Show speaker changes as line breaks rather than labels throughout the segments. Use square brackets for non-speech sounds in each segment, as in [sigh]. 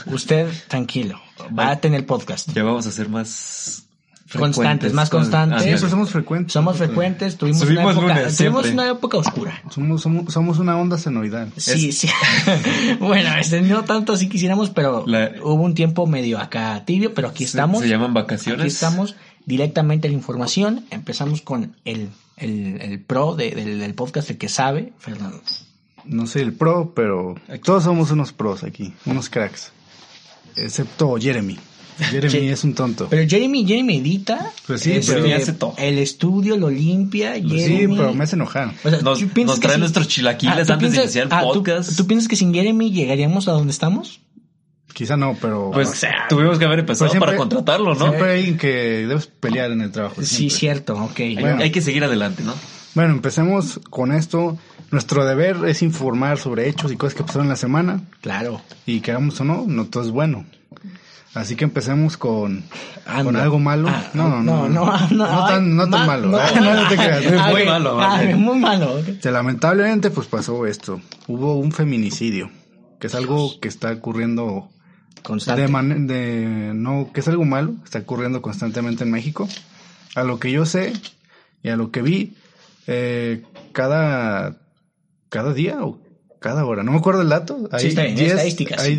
Usted, tranquilo, va a tener podcast.
Ya vamos a ser más
Constantes, más constantes.
Ah,
Eso
claro.
somos frecuentes.
Somos frecuentes, tuvimos, una,
Subimos
época,
lunes,
tuvimos
siempre.
una época oscura.
Somos, somos, somos una onda senoidal.
Sí, sí. [laughs] bueno, este, no tanto si quisiéramos, pero
La-
hubo un tiempo medio acá tibio, pero aquí
Se-
estamos.
Se, llaman vacaciones.
Aquí estamos directamente a la información. Empezamos con el, el, el pro de- del, del podcast, el que sabe, Fernando.
No soy el pro, pero todos somos unos pros aquí, unos cracks. Excepto Jeremy. Jeremy
Je-
es un tonto.
Pero Jeremy, Jeremy edita.
Pues sí,
este,
pero-
Jeremy hace todo.
El estudio lo limpia.
Pues sí,
Jeremy-
pero me hace enojar.
O sea,
Nos-
¿tú piensas
nos
que
trae
sin-
nuestros chilaquiles
¿tú
antes de iniciar el
ah, ¿tú-
podcast?
¿tú, piensas que sin Jeremy llegaríamos a donde estamos?
Quizá no, pero...
Pues
Pues
tuvimos que haber empezado
siempre-
para contratarlo, ¿no?
Siempre hay alguien que debes pelear en el
Pues
trabajo.
Sí,
siempre.
cierto, ok.
Hay,
Bueno.
hay que seguir adelante, ¿no?
Bueno, empecemos con esto. Nuestro deber es informar sobre hechos y cosas que pasaron en la semana.
Claro.
Y queramos o no, no todo es bueno. Así que empecemos con, con
Anda.
algo malo.
Ah,
no, no, no.
No, no,
No tan, no tan
ma-
malo. [laughs] No, no te creas.
Ah,
Muy
ok.
malo,
Ah,
vale.
muy malo. ok.
Este, Lamentablemente, pues pasó esto. Hubo un feminicidio, que es algo que está ocurriendo
Constante.
de man- de no, que es algo malo, está ocurriendo constantemente en México. A lo que yo sé y a lo que vi, eh, cada, cada día o cada hora, no me acuerdo el dato,
Sí,
hay
está bien,
10
estadísticas.
hay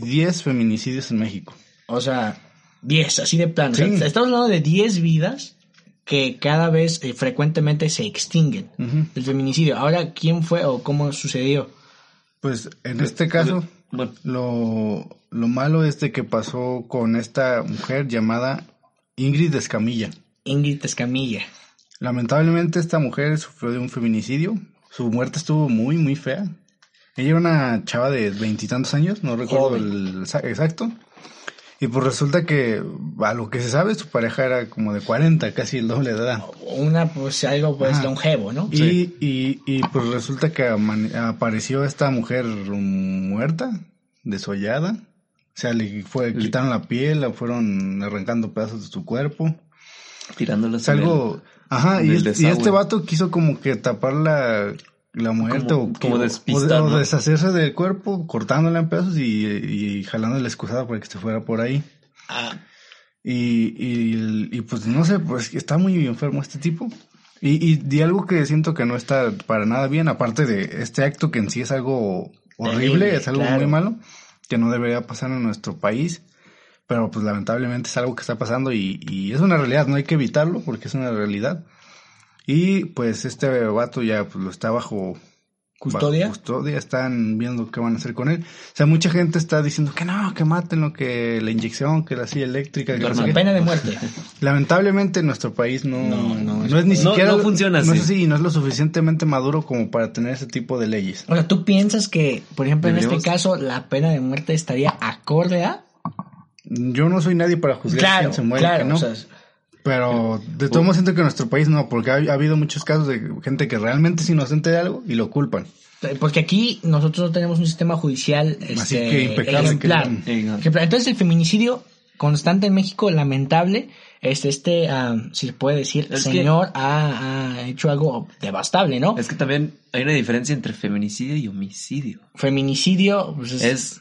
10 feminicidios en México.
O sea, 10, así de plano. O sea,
Sí.
estamos hablando de 10 vidas que cada vez eh, frecuentemente se extinguen.
Ujú.
El feminicidio. Ahora, ¿quién fue o cómo sucedió?
Pues en este caso,
Bueno,
lo, lo malo es de que pasó con esta mujer llamada Ingrid Escamilla.
Ingrid Escamilla.
Lamentablemente esta mujer sufrió de un feminicidio. Su muerte estuvo muy, muy fea. Ella era una chava de veintitantos años, no recuerdo
Joven.
el exa- exacto. Y pues resulta que, a lo que se sabe, su pareja era como de 40, casi el doble de edad.
Una, pues, algo, pues,
Ajá.
longevo, ¿no?
Y, y, y pues resulta que amane- apareció esta mujer mm, muerta, desollada. O sea, le fue, quitaron la piel, la fueron arrancando pedazos de su cuerpo.
tirándolas.
Es algo. Ajá, y,
del
este- y
desagüe.
este vato quiso como que tapar la, la muerte
Como-
o,
como
o-
despistar,
o, o
¿no?
deshacerse del cuerpo, cortándola en pedazos y, y jalando la excusada para que se fuera por ahí.
Ah,
Y, y, y, pues no sé, pues está muy enfermo este tipo. Y, y di algo que siento que no está para nada bien, aparte de este acto que en sí es algo horrible,
Terrible,
es algo
claro.
muy malo, que no debería pasar en nuestro país, pero pues lamentablemente es algo que está pasando y, y es una realidad, no hay que evitarlo porque es una realidad. Y pues este vato ya pues, lo está bajo
¿Custodia?
bajo custodia, están viendo qué van a hacer con él. O sea, mucha gente está diciendo que no, que matenlo, que la inyección, que la silla eléctrica, que no sé
con
qué.
pena de muerte.
Lamentablemente en nuestro país no,
No,
no,
no,
es ni
no-
siquiera
no funciona
no es
así.
no es lo suficientemente maduro como para tener ese tipo de leyes.
Ahora, ¿tú piensas que, por ejemplo, en este
Deberíamos-
caso, la pena de muerte estaría acorde a...?
Yo no soy nadie para juzgar
Claro,
quién se muere,
claro.
que no,
o sea,
pero de todo modo siento que en nuestro país no, porque ha, ha habido muchos casos de gente que realmente es inocente de algo y lo culpan.
Porque aquí nosotros no tenemos un sistema judicial
Así
este,
que impecable
ejemplar.
que-
Eh,
Ejemplar. Entonces el feminicidio constante en México, lamentable, este, este ah, si se puede decir,
Es que-
señor ha, ha hecho algo devastable, ¿no?
Es que también hay una diferencia entre feminicidio y homicidio.
feminicidio pues, es,
Es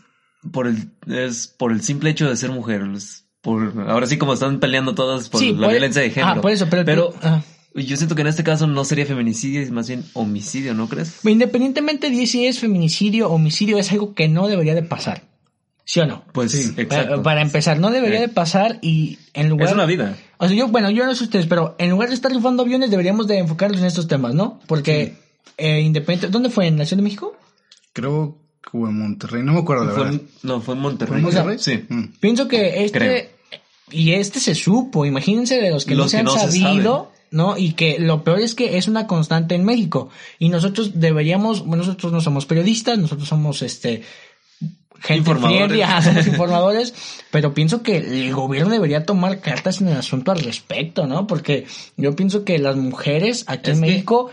por el, es por el simple hecho de ser mujer. es por, ahora sí, como están peleando todas por
sí,
la
puede-
violencia de género.
Ah, por eso, pero,
pero
ah.
yo siento que en este caso no sería feminicidio, es más bien homicidio, ¿no crees?
independientemente de si es feminicidio o homicidio, es algo que no debería de pasar. ¿Sí o no?
Pues
Sí.
Para,
exacto.
para empezar, no debería
Eh.
de pasar y en lugar
es una vida.
O sea, yo, bueno, yo no sé ustedes, pero en lugar de estar rifando aviones, deberíamos de enfocarnos en estos temas, ¿no? Porque, eh, independiente, ¿dónde fue? ¿En la Ciudad de México?
creo que en Monterrey, no me acuerdo la
Fue
verdad.
en- no, fue en
¿Fue
Monterrey.
en Monterrey?
Sí.
Mm.
Pienso que este
Creo.
y este se supo, imagínense de los que no
Los
se
que
han
no se
sabido, ¿no? Y que lo peor es que es una constante en México y nosotros deberíamos, bueno, nosotros no somos periodistas, nosotros somos este gente
Informadores.
friendly, ajá, [laughs] somos informadores, pero pienso que el gobierno debería tomar cartas en el asunto al respecto, ¿no? Porque yo pienso que las mujeres aquí
Es
en
que-
México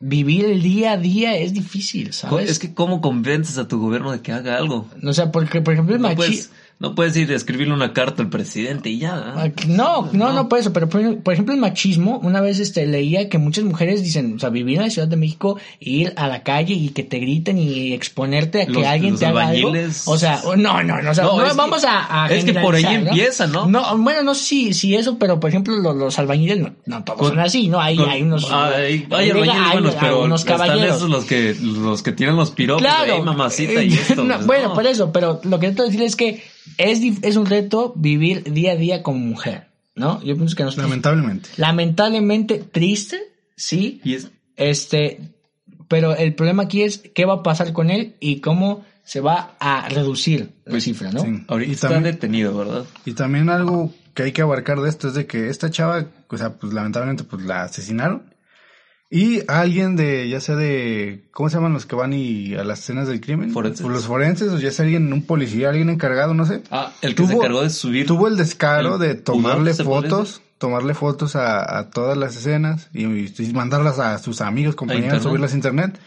vivir el día a día es difícil,
Co-
¿sabes?
Es que cómo convences a tu gobierno de que haga algo.
o sea, porque por ejemplo el
No
machi-
puedes, no puedes ir a escribirle una carta al presidente y ya. ¿ah?
No, no,
No.
no por eso, pero por, por ejemplo el machismo, una vez este leía que muchas mujeres dicen, o sea, vivir en la Ciudad de México, ir a la calle y que te griten y exponerte a que
Los-
alguien
los
te haga algo.
albañiles.
O sea, o- no, no, no, o sea,
No,
no,
es que-
vamos a, a
es que por ahí
generalizar,
empieza, ¿no?
No, bueno, no sé si, si eso, pero por ejemplo los, los albañiles no, no todos
Con-
son así, ¿no? Hay,
Con-
hay unos
Ah, hay, hay albañiles
hay
buenos, pero
algunos
están
caballeros.
esos los que, los que tienen los piropos de "Ey, pues, mamacita y
[laughs]
esto.
Eh, No,
pues,
Bueno,
no.
por eso, pero lo que trato de decir es que es, dif- es un reto vivir día a día como mujer, ¿no? Yo pienso que nos
Lamentablemente.
lamentablemente triste, sí,
Y es-
este, pero el problema aquí es qué va a pasar con él y cómo se va a reducir la
Pues,
cifra, ¿no?
sí.
ahorita
Y
está
también-
detenido, ¿verdad?
Y también algo que hay que abarcar de esto es de que esta chava, o sea, pues lamentablemente pues la asesinaron. Y alguien de, ya sea de, ¿cómo se llaman los que van y a las escenas del crimen?
Forenses.
Pues los forenses, o ya sea alguien, un policía, alguien encargado, no sé.
Ah, el que se
Tuvo-
encargó de subir.
Tuvo el descaro
el
de tomarle
pudor, ¿se podría
fotos, tomarle fotos a, a todas las escenas y, y mandarlas a sus amigos, compañeros,
internet.
subirlas a internet.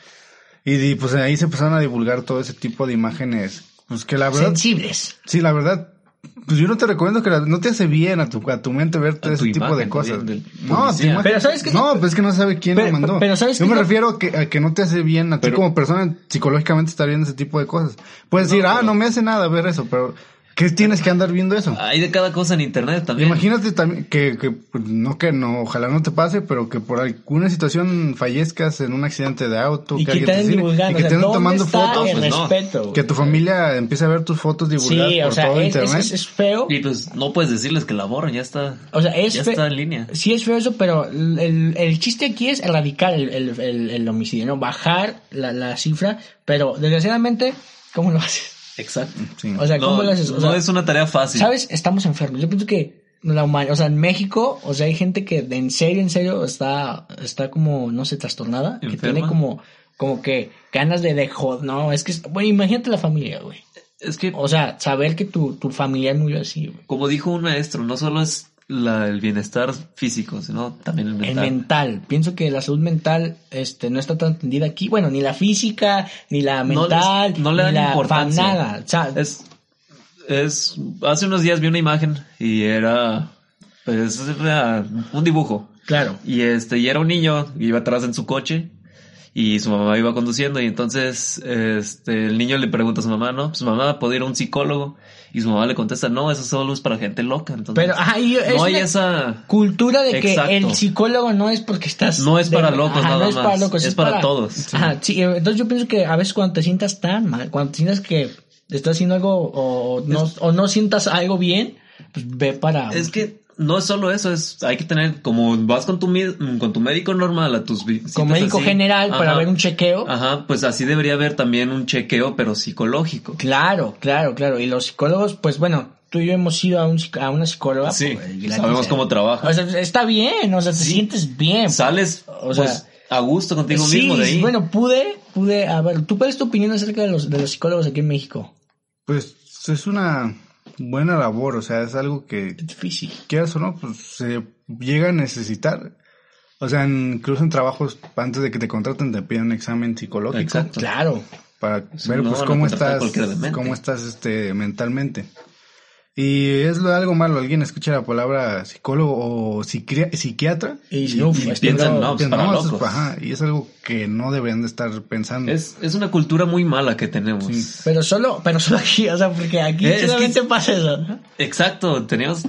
Y, di- pues ahí se empezaron a divulgar todo ese tipo de imágenes, pues que la verdad
Sensibles.
Sí, la verdad, pues yo no te recomiendo que la- no te hace bien a tu, a tu mente ver todo
A tu
ese tipo de
imagen,
cosas.
del- del
no,
policía.
tu imagen-
Pero ¿sabes qué?
No, pues es que no sabe quién
Pero-
lo mandó.
pero ¿sabes
yo
qué?
me
No-
refiero a que, a que no te hace bien a ti
Pero-
como persona psicológicamente estar viendo ese tipo de cosas. Puedes decir, ah, no me hace nada ver eso, pero ¿qué tienes que andar viendo eso?
Hay de cada cosa en internet también.
Imagínate también que, que, pues, no que no, ojalá no te pase, pero que por alguna situación fallezcas en un accidente de auto,
Y que
alguien
te anden
asesine,
divulgando,
y que
o sea,
te anden
¿dónde
tomando
está
fotos,
el
pues, no.
respeto, güey?
que tu familia empiece a ver tus fotos divulgadas
Sí,
por
o sea,
todo
es, es-
internet.
es- es feo.
Y pues no puedes decirles que la borren, ya está.
O sea, es
ya
fe-
está en línea.
Sí es feo eso, pero el, el- el chiste aquí es erradicar el, el- el- el homicidio, ¿no? Bajar la, la cifra, pero desgraciadamente, ¿cómo lo haces?
Exacto.
Sí.
O sea, ¿cómo
no,
lo haces? O
no
sea,
es una tarea fácil.
¿Sabes? Estamos enfermos. Yo pienso que la humanidad, o sea, en México, o sea, hay gente que de en serio, en serio está, está como, no sé, trastornada, que
Enferma.
tiene como, como que ganas de dejar, no, es que, es- bueno, imagínate la familia, güey.
Es que,
O sea, saber que tu, tu familiar murió así, güey.
como dijo un maestro, no solo es la- el bienestar físico, sino también el
El
mental.
mental, pienso que la salud mental este no está tan entendida aquí, bueno, ni la física, ni la
No les-
mental,
no
ni
le dan
la
importancia.
pa- nada, o sea,
Es, es, hace unos días vi una imagen y era, pues, era un dibujo.
claro.
Y este, y era un niño, iba atrás en su coche y su mamá iba conduciendo y entonces, este, el niño le pregunta a su mamá, ¿no? Su mamá puede ir a un psicólogo y su mamá le contesta, no, eso solo es para gente loca. Entonces,
Pero ajá, y es
no hay
una-
esa,
cultura de que
Exacto.
el psicólogo no es porque estás
No es para
de-
locos
Ajá,
nada
no es para
más,
locos
es para todos.
Ajá, sí, eh, entonces yo pienso que a veces cuando te sientas tan mal cuando te sientas que estás haciendo algo o no o no sientas algo bien pues ve para
es que no es solo eso, es, hay que tener, como vas con tu, mi- con tu médico normal a tus visitas
con médico
así.
general para
Ajá.
ver un chequeo
Ajá, pues así debería haber también un chequeo, pero psicológico.
claro claro claro y los psicólogos pues bueno tú y yo hemos ido a un psic- a una psicóloga
Sí,
pues, y la-
sabemos cómo trabaja.
o sea, está bien o sea te sientes bien
Sales,
O sea,
pues, a gusto contigo
sí,
mismo de ahí.
bueno pude pude a ver tú cuál es tu opinión acerca de los de los psicólogos aquí en México
Pues es una buena labor, o sea, es algo que
Es difícil
quieras o no, pues se llega a necesitar. O sea, en- incluso en trabajos, antes de que te contraten, te piden un examen psicológico
Exacto.
Claro.
para
Sí,
ver
no
pues
van a
cómo
contratar a
estás,
cualquiera de mente.
cómo estás este, mentalmente. Y es lo, algo malo, alguien escucha la palabra psicólogo o psiquiatra, psiquiatra
Y, uf,
y
es
piensan,
verdad.
no, pues, para
no, eso es-
locos.
ajá, y es algo que no deberían de estar pensando.
Es, es una cultura muy mala que tenemos.
Sí.
Pero solo, pero solo aquí, o sea, porque aquí
Eh, es que-
solamente pasa
[laughs]
eso.
Exacto, tenemos...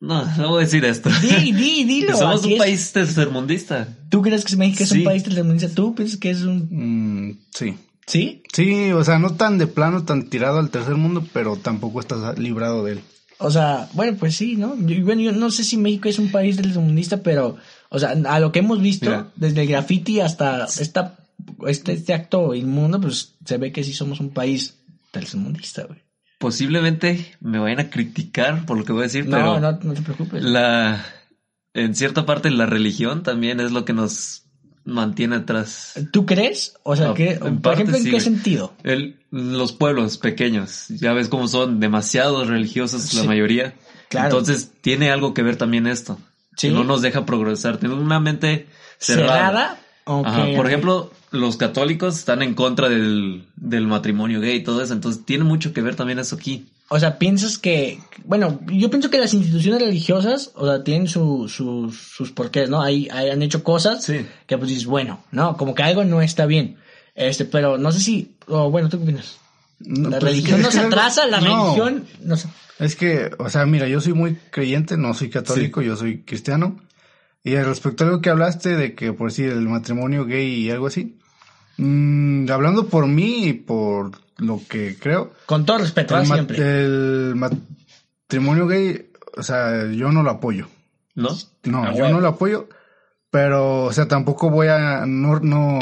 No, no voy a decir esto. [laughs]
Di, di, dilo.
Somos
así
un
es.
país tercermundista.
¿Tú crees que México es un
Sí.
país tercermundista? ¿Tú piensas que es un...?
Mm, sí.
¿Sí?
Sí, o sea, no tan de plano, tan tirado al tercer mundo, pero tampoco estás librado de él.
O sea, bueno, pues sí, ¿no? Yo, bueno, yo no sé si México es un país tercermundista, pero... O sea, a lo que hemos visto,
Mira.
desde el graffiti hasta esta este, este acto inmundo, pues se ve que sí somos un país tercermundista, güey.
Posiblemente me vayan a criticar por lo que voy a decir,
No,
pero
no, no te preocupes.
la en cierta parte la religión también es lo que nos mantiene atrás.
¿Tú crees? O sea,
No,
que,
en
por
parte
ejemplo, ¿en
sí,
qué
güey.
sentido?
El- los pueblos pequeños, ya ves cómo son demasiados religiosos la
Sí.
mayoría.
Claro.
Entonces tiene algo que ver también esto.
Sí.
No nos deja progresar. Tenemos una mente cerrada.
Ok,
Ajá.
ok.
Por ejemplo, los católicos están en contra del, del matrimonio gay y todo eso. Entonces tiene mucho que ver también eso aquí.
O sea, piensas que. Bueno, yo pienso que las instituciones religiosas, o sea, tienen su, su- sus porqués, ¿no? Ahí, ahí han hecho cosas
Sí.
que pues dices, bueno, no, como que algo no está bien. Este, pero no sé si. O bueno, ¿tú qué opinas?
No,
La
pues,
religión
es
nos
que algo-
atrasa, la
No,
religión nos.
Es que, o sea, mira, yo soy muy creyente, no soy católico, yo soy cristiano. Y al respecto a algo que hablaste de que, por si el matrimonio gay y algo así, mm, hablando por mí y por lo que creo,
Con todo respeto, ¿no?
el, ma-
siempre.
el matrimonio gay, o sea, yo no lo apoyo.
¿No?
No,
Ah,
yo
huevo.
no lo apoyo, pero, o sea, tampoco voy a, no, no,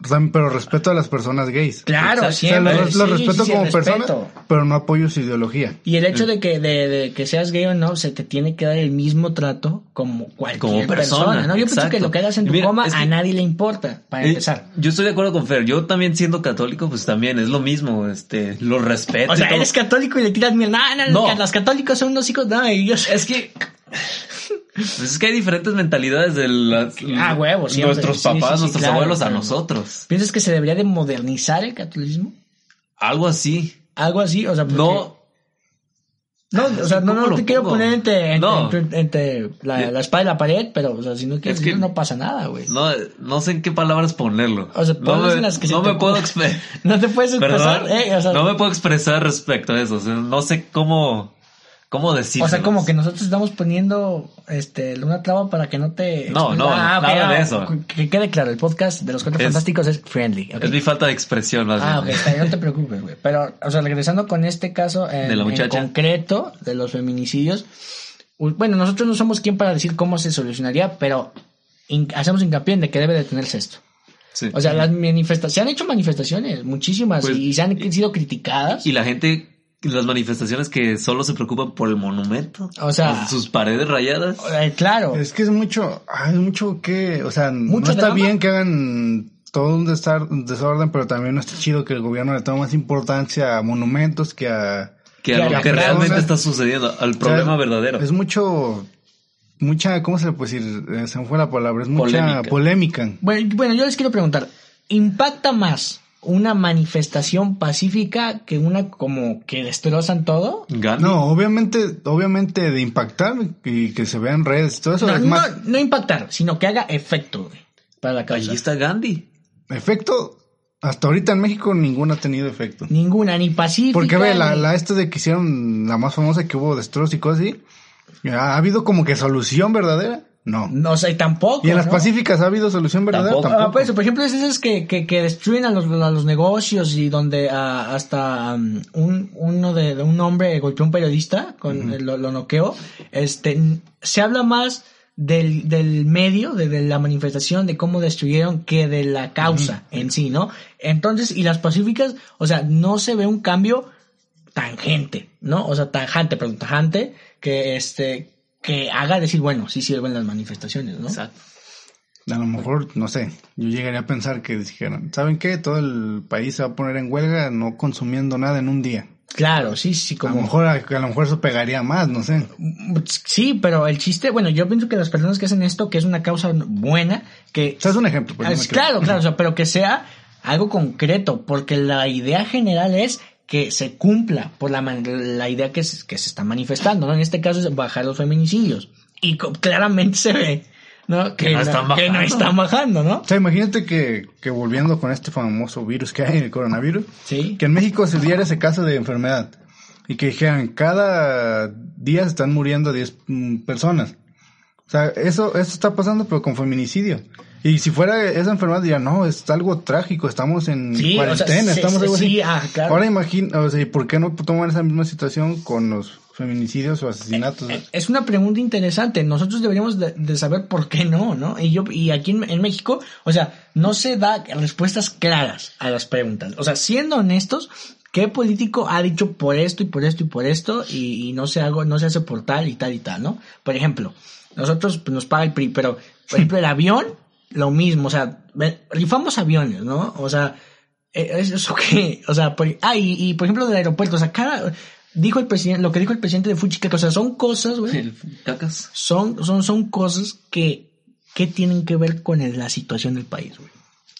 o sea, pero respeto a las personas gays.
Claro,
Exacto.
O sea,
siempre.
los, los
sí, sí,
respeto
sí,
como
el
personas,
respeto.
pero no apoyo su ideología.
Y el hecho de que, de, de que seas gay o no, se te tiene que dar el mismo trato como cualquier
Como persona,
persona, ¿no? Yo pienso que
exacto.
lo que hagas en
Y
tu
mira,
coma
es que-
a nadie le importa, para
Eh,
empezar.
Yo estoy de acuerdo con Fer. Yo también siendo católico, pues también es lo mismo. Este, lo respeto.
O
y
sea,
todo.
eres católico y le tiras mierda. No, no,
No.
no, los católicos son unos hijos. No, ellos.
Es que. Pues es que hay diferentes mentalidades de las,
Ah, huevo, siempre.
nuestros
Sí,
papás,
sí, sí,
nuestros
claro,
abuelos a
claro.
nosotros.
¿Piensas que se debería de modernizar el catolicismo?
Algo así.
Algo así, o sea, porque-
No,
No, o sea, no,
¿cómo
no
lo
te quiero
pongo?
poner entre, entre-
No.
entre- entre la, la espada y la pared, pero, o sea, si no quieres
Es que-
decirlo, no pasa nada, güey. No,
no, no sé en qué palabras ponerlo.
O sea,
no
ponlas
me,
en las que se
no
te
me puedo
ocurra. [laughs]
expresar.
te puedes expresar,
[laughs] Perdón,
eh, o sea,
no me puedo expresar respecto a eso. o sea, no sé cómo, cómo decir.
O sea, como que nosotros estamos poniendo este, una traba para que no te... Ah,
No, no,
ok,
nada de eso.
Que quede claro, el podcast de los cuatro
Es-
fantásticos es friendly. ok.
Es mi falta de expresión, más
Ah, ok,
bien.
está bien, no te preocupes, güey. Pero, o sea, regresando con este caso en,
De la
en
muchacha.
concreto, de los feminicidios, u- bueno, nosotros no somos quien para decir cómo se solucionaría, pero hin- hacemos hincapié en de que debe detenerse esto.
Sí.
O sea, las manifestaciones, se han hecho manifestaciones, muchísimas,
Pues,
y se han
y-
sido criticadas.
Y la gente, las manifestaciones que solo se preocupan por el monumento.
O sea-
sus paredes rayadas.
Eh, claro,
Es que es mucho, ah, es mucho que, o sea,
Mucho
no está
drama.
bien que hagan todo un desar- un desorden, pero también no está chido que el gobierno le tome más importancia a monumentos que a...
que
que
a lo
las
que realmente
personas-
está sucediendo, al problema
o sea,
verdadero.
Es mucho, mucha, ¿cómo se le puede decir? Eh, Se me fue la palabra, es mucha polémica.
Bueno, bueno, yo les quiero preguntar, ¿impacta más una manifestación pacífica que una como que destrozan todo?
Gandhi.
No, obviamente, obviamente de impactar y que se vean redes, todo eso
No,
es
no,
más
no impactar, sino que haga efecto güey, para la causa.
Allí está Gandhi.
efecto. Hasta ahorita en México ninguno ha tenido efecto.
Ninguna, ni pacífica.
Porque ve, la,
ni-
la esta de que hicieron, la más famosa que hubo, destrozos y cosas así, ¿ha, ha habido como que solución verdadera? No.
No sé, tampoco.
¿Y en las
¿no?
pacíficas ha habido solución verdadera?
Tampoco.
Tampoco.
Ah, pues, por ejemplo, es esas que, que, que destruyen a los, a los negocios y donde ah, hasta am, un, uno de, de un hombre golpeó a un periodista, con el- lo, lo noqueó. Este, n- se habla más del, del medio, de, de la manifestación, de cómo destruyeron, que de la causa en sí, ¿no? Entonces, y las pacíficas, o sea, no se ve un cambio tangente, ¿no? O sea, tajante, perdón, tajante, que este que haga decir, bueno, sí sirven las manifestaciones, ¿no?
Exacto.
pues,
A lo mejor, no sé, yo llegaría a pensar que dijeron, ¿saben qué? Todo el país se va a poner en huelga no consumiendo nada en un día.
Claro, sí, sí,
A lo
como
mejor, a, a lo mejor eso pegaría más, no sé.
Sí, pero el chiste, bueno, yo pienso que las personas que hacen esto, que es una causa buena, que...
O sea, es un ejemplo. pues, no
Ah, es-
me creo.
claro, claro, o sea, pero que sea algo concreto, porque la idea general es que se cumpla por la, man- la idea que se, que se está manifestando, ¿no? En este caso es bajar los feminicidios. Y co- claramente se ve, ¿no? Que,
no están
que no
bajando.
están bajando, ¿no?
O sea, imagínate que, que volviendo con este famoso virus que hay, el coronavirus,
Sí.
que en México se diera ese caso de enfermedad y que dijeran, cada día se están muriendo 10 mm, personas. O sea, eso, eso está pasando, pero con feminicidio. Y si fuera esa enfermedad, dirían, no, es algo trágico, estamos en
Sí, o sea,
cuarentena,
sí,
estamos
sí,
algo así.
sí, ah, claro.
Ahora imagina, o sea, ¿y por qué no toman esa misma situación con los feminicidios o asesinatos.
Eh, Es una pregunta interesante. Nosotros deberíamos de, de saber por qué no, ¿no? Y yo, y aquí en, en México, o sea, no se da respuestas claras a las preguntas. O sea, siendo honestos, ¿qué político ha dicho por esto y por esto y por esto y, y no se hago, no se hace por tal y tal y tal, ¿no? Por ejemplo, nosotros pues, nos paga el PRI, pero, por ejemplo, el avión, lo mismo. O sea, ve- rifamos aviones, ¿no? O sea, eh, ¿Es eso qué? O sea, por, ah, y, y, por ejemplo del aeropuerto, o sea, cada, dijo el presidente, lo que dijo el presidente de Fuchica, o sea, son cosas, güey,
El cacas.
son, son, son cosas que, que tienen que ver con el- la situación del país, güey.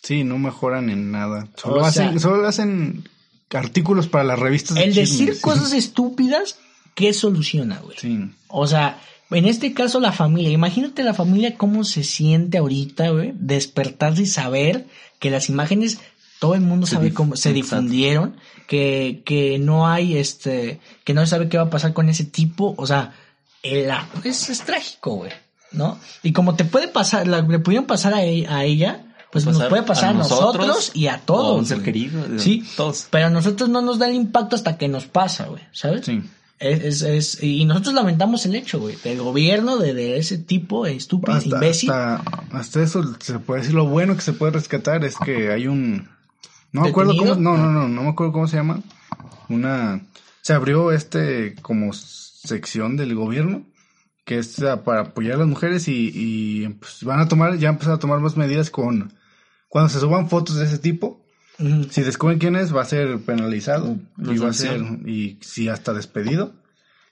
Sí, no mejoran en nada. Solo,
O sea-
hacen, solo hacen artículos para las revistas. de
El decir
chismes.
cosas estúpidas, ¿qué soluciona, güey?
Sí.
O sea, en este caso la familia. Imagínate la familia cómo se siente ahorita, güey. Despertarse y saber que las imágenes, todo el mundo
Se
sabe
dif-
cómo se
exacto.
difundieron, que, que no hay este, que no se sabe qué va a pasar con ese tipo. O sea, el acto es, es trágico, güey. ¿No? Y como te puede pasar, la- le pudieron pasar a, e- a ella, pues nos
Pasar
puede pasar a, nosotros, y a todos.
o a un ser
güey.
querido, a
Sí.
todos.
Pero a nosotros no nos da el impacto hasta que nos pasa, güey. ¿Sabes?
Sí.
Es, es, es- y nosotros lamentamos el hecho, güey, del gobierno de, de ese tipo estúpido,
Hasta,
imbécil.
hasta, hasta eso se puede decir. Lo bueno que se puede rescatar es que hay un. No me acuerdo
¿Detenido?
cómo. No, no, no. No me acuerdo cómo se llama. Una. Se abrió este como sección del gobierno que es ah, para apoyar a las mujeres y, y, pues, van a tomar, ya empezaron a tomar más medidas con cuando se suban fotos de ese tipo,
Ujú.
Si descubren quién es, va a ser penalizado.
Una
y va a ser,
sanción.
y si hasta despedido.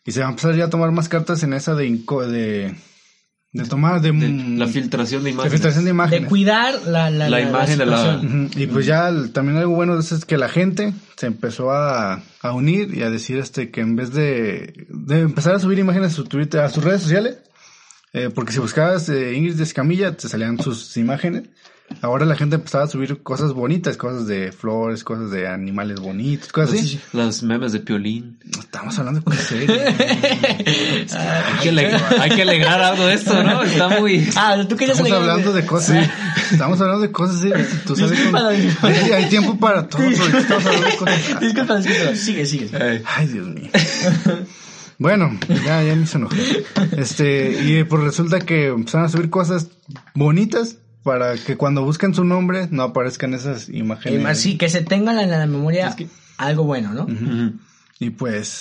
Y se va a empezar ya a tomar más cartas en esa de inco- de, de tomar de,
De
mm,
la filtración
de
de imágenes.
filtración de
De
imágenes.
cuidar la, la,
La
la- la
imagen de la-
situación.
Ujú, Y pues ya el- también algo bueno de eso es que la gente se empezó a, a unir y a decir este que en vez de, de empezar a subir imágenes a su Twitter, a sus redes sociales, eh, porque si buscabas eh, Ingrid Escamilla te salían sus imágenes. Ahora la gente empezaba a subir cosas bonitas, cosas de flores, cosas de animales bonitos, cosas
Pues
así.
Las memes de Piolín.
Estamos hablando con serio.
Hay que, ale- hay que alegrar algo de esto, ¿no? Está
[laughs]
muy...
Ah, tú querías
Estamos
alegar-
hablando de cosas. Estamos hablando de cosas serias. y Tú sabes cómo-
Disculpa, David.
Hay hay tiempo para todo.
[laughs]
pero Estamos hablando de cosas.
Disculpa, disculpa. Sigue, sigue.
Eh,
Ay, Dios mío. Bueno, ya, ya me hizo enojar. Este, y eh, pues resulta que empezaron a subir cosas bonitas para que cuando busquen su nombre no aparezcan esas
Eh,
imágenes.
más, sí, que se tenga en la, en la memoria algo bueno, ¿no?
Mm.
ujú.
Y pues,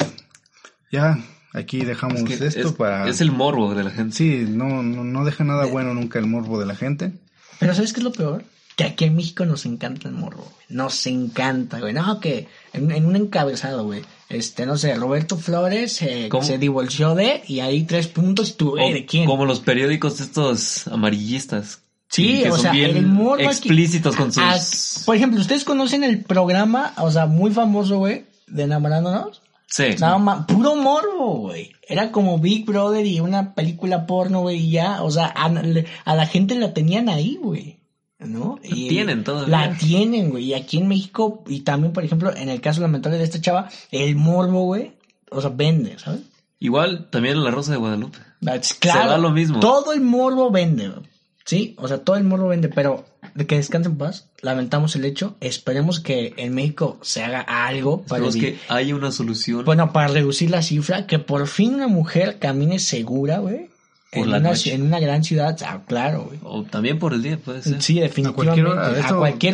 ya, aquí dejamos
pues
Que
esto
es,
para.
es el morbo de la gente.
Sí, no, no, no deja nada bueno nunca el morbo de la gente.
Pero ¿sabes qué es lo peor? Que aquí en México nos encanta el morro, güey. Nos encanta, güey. No, que en, en un encabezado, güey. Este, no sé, Roberto Flores eh,
¿Cómo?
se divorció de y ahí tres puntos y tú, eh, ¿de
O-
quién?
Como los periódicos estos amarillistas.
Sí,
que
o
son
sea,
bien
el morbo aquí-
explícitos con sus...
Ah, por ejemplo, ¿ustedes conocen el programa, o sea, muy famoso, güey, de Enamorándonos?
Sí.
Nada más, puro morbo, güey. Era como Big Brother y una película porno, güey, y ya, o sea, a, a la gente la tenían ahí, güey. ¿No?
La
Y-
tienen todavía.
La tienen, güey. Y aquí en México, y también, por ejemplo, en el caso lamentable de esta chava, el morbo, güey, o sea, vende, ¿sabes?
Igual también la Rosa de Guadalupe.
That's- Claro.
da lo mismo.
Todo el morbo vende, güey. ¿sí? O sea, todo el morbo vende, pero de que descansen en paz, lamentamos el hecho, esperemos que en México se haga algo para,
Pero es
evi-
que hay una solución.
bueno, para reducir la cifra, que por fin una mujer camine segura, güey,
Por
en,
la
una
noche.
ci- en una gran ciudad, ah, claro, güey.
O también por el día, puede ser.
Sí, definitivamente.
A cualquier hora, eso-
hora,
a cualquier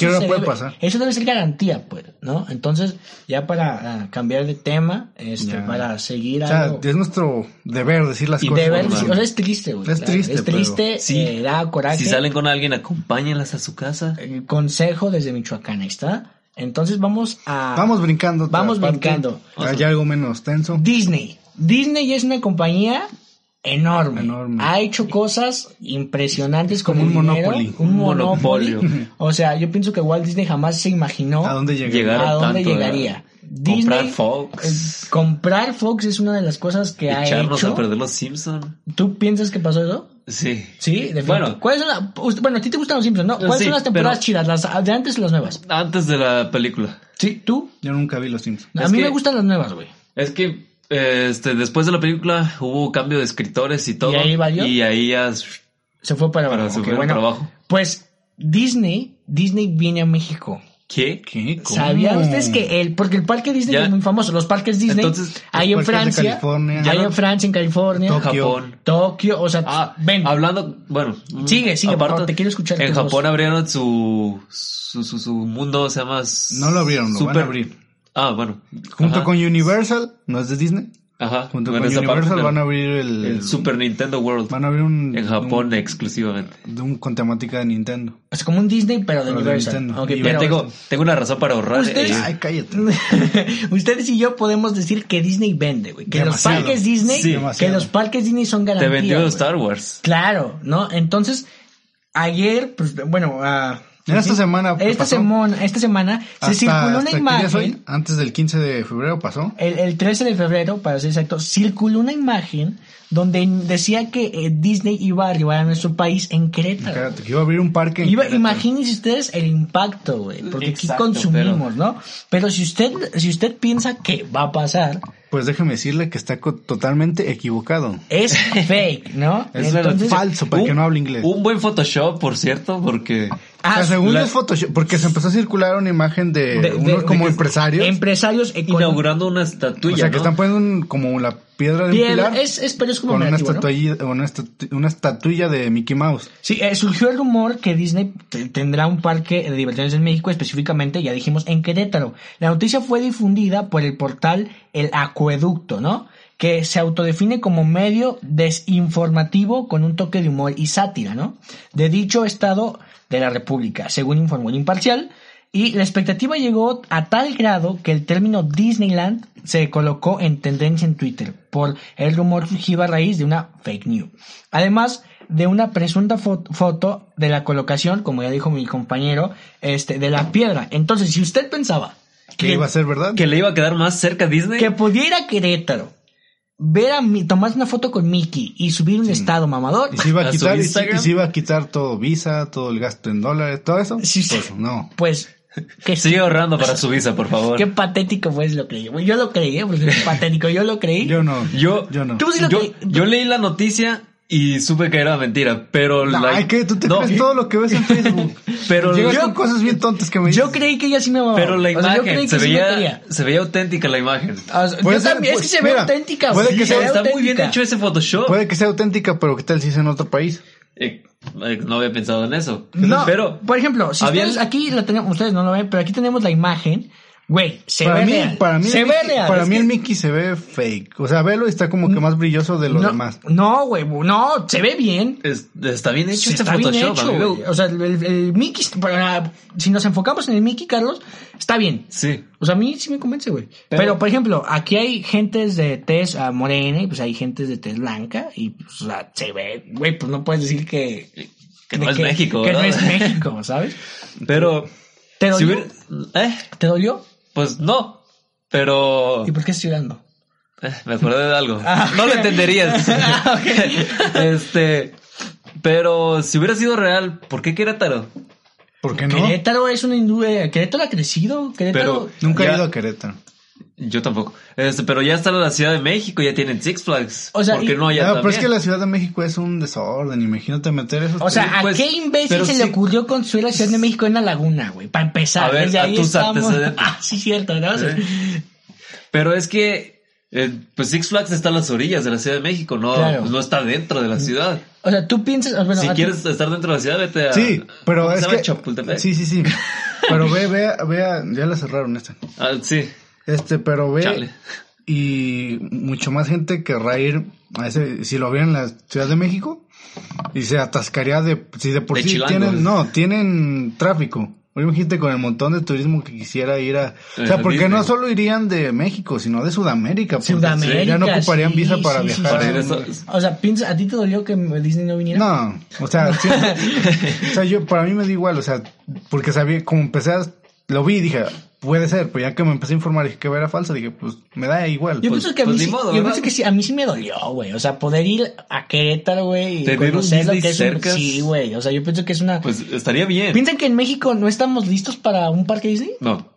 eso
hora
se
puede
debe-
pasar.
Eso debe ser garantía, pues, ¿no? Entonces, ya para ah, cambiar de tema, este,
Ya.
para seguir
O sea,
algo-
es nuestro deber decir las
Y
cosas.
de ver,
como
normal.
o sea, es triste, güey.
Es triste,
Es triste,
pero-
Sí.
eh, da coraje.
Si salen con alguien, acompáñenlas a su casa.
El consejo desde Michoacán, ahí está. Entonces vamos a...
Vamos brincando. a otra
Vamos
parte.
brincando.
Hay algo menos tenso.
Disney. Disney es una compañía enorme.
Enorme.
Ha hecho cosas impresionantes como
Como un
dinero,
Monopoly.
Un
Un
monopolio.
monopolio.
[laughs] o sea, yo pienso que Walt Disney jamás se imaginó
¿A dónde llegar?
Llegar
a dónde
tanto, eh?
llegaría. Disney,
Comprar
eh,
Fox.
comprar Fox es una de las cosas que ha
echarnos
hecho.
a perder los Simpson.
¿Tú piensas que pasó eso?
Sí.
Sí, de
Bueno.
¿Cuáles son la- usted- bueno, a ti te gustan los Simpsons, ¿no? ¿Cuáles
Sí,
son las temporadas
pero-
chidas? ¿Las de antes o las nuevas?
Antes de la película.
Sí, tú.
Yo nunca vi los Simpsons.
A
Es
mí
que-
me gustan las nuevas, güey.
Es que eh, este, después de la película hubo cambio de escritores y todo.
¿Y ahí valió?
Y ahí ya
Se fue para
Para
abajo.
se
Ok,
fue
bueno,
para abajo.
Pues Disney, Disney viene a México.
¿Qué?
¿Qué? ¿Cómo?
¿Sabían ustedes que el, porque el parque Disney
Ya.
es muy famoso, los parques Disney
Entonces,
hay en
los parques de
Francia,
California.
hay
Ya
en
no-
Francia, en California,
Tokio.
Japón.
Tokio, o sea,
Ah,
ven,
hablando, bueno. ah,
Sigue, sigue, por favor, te quiero escuchar
En
tu
Japón
voz.
abrieron su, su, su, su mundo, se llama... s-
No lo abrieron, lo van a abrir.
Ah, bueno.
Junto
Ajá,
con Universal, no es de Disney.
Ajá.
Junto
bueno,
con
esa parte,
Universal
pero
van a abrir el,
El Super Nintendo World.
van a abrir un
en Japón
un-
exclusivamente.
de un con temática de Nintendo.
es como un Disney pero de
Pero de
Universal.
Nintendo.
Ok,
Y
Ya
pero-
tengo, tengo una razón para ahorrar.
Ustedes-
eh,
Ay, cállate.
[laughs] Ustedes y yo podemos decir que Disney vende, güey, que
Demasiado.
los parques Disney,
Sí.
que
Demasiado.
los parques Disney son
te
garantía.
vendió
güey.
Star Wars.
Claro, ¿no? Entonces, ayer, pues, bueno, ah,
Esta semana, ¿qué
esta
pasó?
semana, esta semana se circuló una
¿qué día es hoy?
imagen.
Antes del 15 de febrero pasó.
El, el 13 de febrero, para ser exacto, circuló una imagen donde decía que eh, Disney iba a arribar a nuestro país en Querétaro.
Cállate, que iba a abrir un parque. en
Iba-
Querétaro.
imagínense ustedes el impacto, güey, porque aquí
Exacto,
consumimos, ¿no? Pero si usted, si usted piensa que va a pasar,
Pues déjeme decirle que está co- totalmente equivocado.
es fake, ¿no?
Es falso, para
un-
que no hable inglés.
Un buen Photoshop, por cierto, porque...
O sea,
ah,
según
la-
es Photoshop, porque se empezó a circular una imagen de,
de- de-
unos
de
como
que-
empresarios.
Empresarios económicos.
Inaugurando una
o
estatuilla,
sea, que
¿no?
están poniendo un- como la piedra de un
Bien,
pilar
es, es, pero es como
con una,
narrativo, Pues ¿no?
estatuilla- una, estatu- una estatuilla de Mickey Mouse.
Sí, eh, surgió el rumor que Disney te- tendrá un parque de diversiones en México, específicamente, ya dijimos, en Querétaro. La noticia fue difundida por el portal El Acueducto, ¿no? Que se autodefine como medio desinformativo con un toque de humor y sátira, ¿no? De dicho estado de la República, según informó el imparcial. Y la expectativa llegó a tal grado que el término Disneyland se colocó en tendencia en Twitter por el rumor surgido a raíz de una fake news. Además de una presunta fo- foto de la colocación, como ya dijo mi compañero, este, de la piedra. Entonces, si usted pensaba
Que iba a ser verdad.
Que le iba a quedar más cerca a Disney.
que pudiera Querétaro ver a mi, tomarse una foto con Mickey y subir un estado mamador,
Y se iba a
a su
quitar, y se,
Instagram.
y se iba a quitar todo Visa, todo el gasto en dólares, todo eso.
Sí, sí.
Pues no. [laughs]
pues que
Sigue
[laughs]
ahorrando para su visa, por favor.
Qué patético fue lo creí. Bueno, yo lo creí, ¿eh?
[laughs]
porque es patético, yo lo creí.
Yo no.
Yo,
Yo no.
Tú sí lo
yo,
creí.
yo leí la noticia y supe que era mentira, pero la-
Ay, que tú te
no,
crees todo lo que ves en Facebook.
[laughs] Pero
Llegas
yo-
con cosas bien tontas que me
Yo
dices.
creí que ella sí me amaba.
Pero la
O sea, yo
imagen
creí que
se,
sí me
veía, Ah,
quería.
se veía auténtica la imagen.
O sea,
Puede
yo
ser,
también, es
pues,
que se ve
mira,
auténtica.
puede
güey,
que
se
sea-
ve
Está muy bien
Ah, auténtica.
hecho ese Photoshop.
Puede que sea auténtica, pero ¿qué tal si es en otro país?
Eh, eh, no había pensado en eso.
No, pues,
pero
por ejemplo, si
había-
ustedes aquí la tenemos, ustedes no lo ven, pero aquí tenemos la imagen. Güey, se
para
ve
mí,
real.
para mí,
se
el
ve
Mickey,
real.
para
es
mí el
que- Mm,
Mickey se ve fake. O sea, velo y está como que más brilloso de lo
no,
demás.
No, güey, no, se ve bien.
es- está bien hecho
Sí,
este
está bien
Photoshop.
hecho,
amigo.
güey. O sea, el, el- el Mickey, para- si nos enfocamos en el Mickey, Carlos, está bien.
Sí.
O sea, a mí sí me convence, güey. Pero,
Pero-
por ejemplo, aquí hay gentes de tez ah, morena y pues hay gentes de tez blanca y pues, o sea, se ve, güey, pues no puedes decir que...
Que no es México,
Que no
¿verdad?
es México, ¿sabes?
Pero
¿Te
si
dolió?
hubiera- eh,
¿Te dolió?
pues no. Pero
¿Y por qué estoy llorando?
Eh, [laughs] Me acordé de algo.
Ah.
No lo entenderías.
Ah,
[laughs] Este. Pero si hubiera sido real, ¿por qué Querétaro?
¿Por qué no?
Querétaro es una industria... Querétaro ha crecido. Querétaro...
Pero-
Nunca
Ya.
he ido a Querétaro.
Yo tampoco. Este, pero ya está la Ciudad de México, ya tienen Six Flags.
O sea,
¿Por qué
y-
no allá
Ah, pero es
también?
que la Ciudad de México es un desorden. Imagínate meter esos.
O sea,
pues,
¿a qué imbécil
pero
se
sí-
le ocurrió construir la Ciudad de México en la laguna, güey? Para empezar,
A ver,
desde
a
ahí
tus
estamos.
antecedentes.
[laughs] Ah, sí, cierto, ¿no? O sea,
[laughs] Pero es que. eh, pues Six Flags está a las orillas de la Ciudad de México, no,
Claro.
pues no está dentro de la ciudad.
O sea, tú piensas... ah, Bueno,
si
a ti-
quieres estar dentro de la ciudad, vete a.
sí, pero
¿cómo se
es
llama?
que.
Chapultepec.
Sí, sí,
[laughs]
sí. Pero ve, ve, ve. a- Ya la cerraron esta.
Ah, sí.
Este, pero ve.
Chale.
Y mucho más gente querrá ir a ese. Si lo vieran en la Ciudad de México. Y se atascaría de. Si de por
De
sí
chilangos.
tienen. No, tienen tráfico. Oye, Imagínate con el montón de turismo que quisiera ir a. O sea,
Eh,
porque
Disney.
no solo irían de México, sino de Sudamérica. porque
Sudamérica,
Ya no ocuparían
sí,
visa para
sí, sí,
viajar.
Para
a
ir a
un-
esa-
O sea, piensa, ¿a ti te dolió que Disney no viniera?
No, o
[laughs]
sea, sí, o sea, yo para mí me da igual, o sea, porque sabía, como empecé a, lo vi y dije, puede ser, pero ya que me empecé a informar dije que era falsa, dije, pues me da igual.
Yo
pues,
pienso que a mí,
pues, ni
sí,
modo,
yo
¿verdad?
pienso que sí, a mí sí me dolió, güey. O sea, poder ir a Querétaro, güey, y
¿Tener un
conocer lo
Disney
que es un-
cerca?
Sí, güey. O sea, yo pienso que es una.
Pues estaría bien.
¿Piensan que en México no estamos listos para un parque Disney?
No.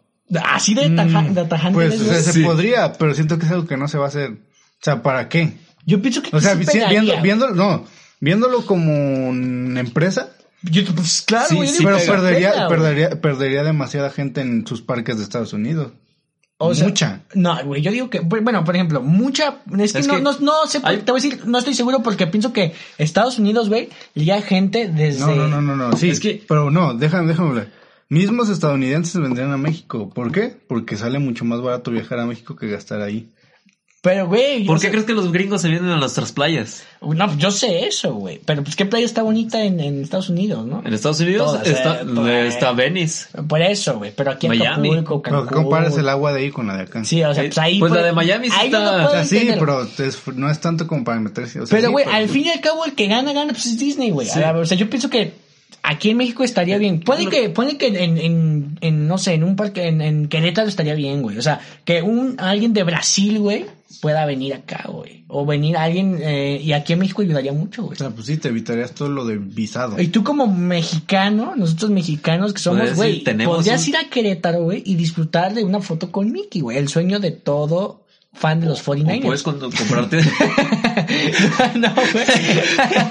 Así de, taja, de atajante
pues
eres,
o sea,
güey.
se
Sí.
podría, pero siento que es algo que no se va a hacer. O sea, ¿para qué?
Yo pienso que
O sea,
sí
sí,
pegaría,
viendo,
güey.
viéndolo, no, viéndolo como una empresa,
Yo, pues claro,
Sí,
güey, yo
sí,
Pero
que se pega,
perdería,
güey.
perdería, perdería demasiada gente en sus parques de Estados Unidos.
O sea,
Mucha.
No, güey, yo digo que, bueno, por ejemplo, mucha, es que,
Es
no,
que
no, no sé,
hay-
te voy a decir, no estoy seguro porque pienso que Estados Unidos, güey, liga gente desde...
No, no, no, no, no, sí.
Es que-
Pero no, déjame, déjame hablar. Mismos estadounidenses vendrían a México. ¿Por qué? Porque sale mucho más barato viajar a México que gastar ahí.
Pero, güey,
¿Por
o
qué
sea,
crees que los gringos se vienen a nuestras playas?
No, pues, yo sé eso, güey, pero pues qué playa está bonita en, en Estados Unidos, ¿no?
En Estados Unidos
Todas,
está,
eh, todas.
está Venice.
Por eso, güey, pero aquí en
Miami.
Acapulco,
Pero
Cancún...
que compares el agua de ahí con la de acá.
Sí, o sea,
Eh,
pues ahí...
pues la de Miami sí
ahí
está-
yo no puedo
O sea, sí,
entender.
pero es- no es tanto como para meterse. o sea,
Pero,
sí,
güey, al fin y al cabo el que gana, gana, pues es Disney, güey. A la- O sea, yo pienso que aquí en México estaría
Eh,
bien. Puede que, puede que en, en, en, no sé, en un parque, en, en Querétaro estaría bien, güey. O sea, que un alguien de Brasil, güey, pueda venir acá, güey. O venir alguien, eh, y aquí en México ayudaría mucho, güey.
O sea, pues sí, te evitarías todo lo de visado. [laughs]
Y tú como mexicano, nosotros mexicanos que somos,
Podrías
güey,
ir- tenemos
podrías
un-
ir a Querétaro, güey, y disfrutar de una foto con Mickey, güey. El sueño de todo fan de los
O puedes
49ers.
con- comprarte,
[laughs] no,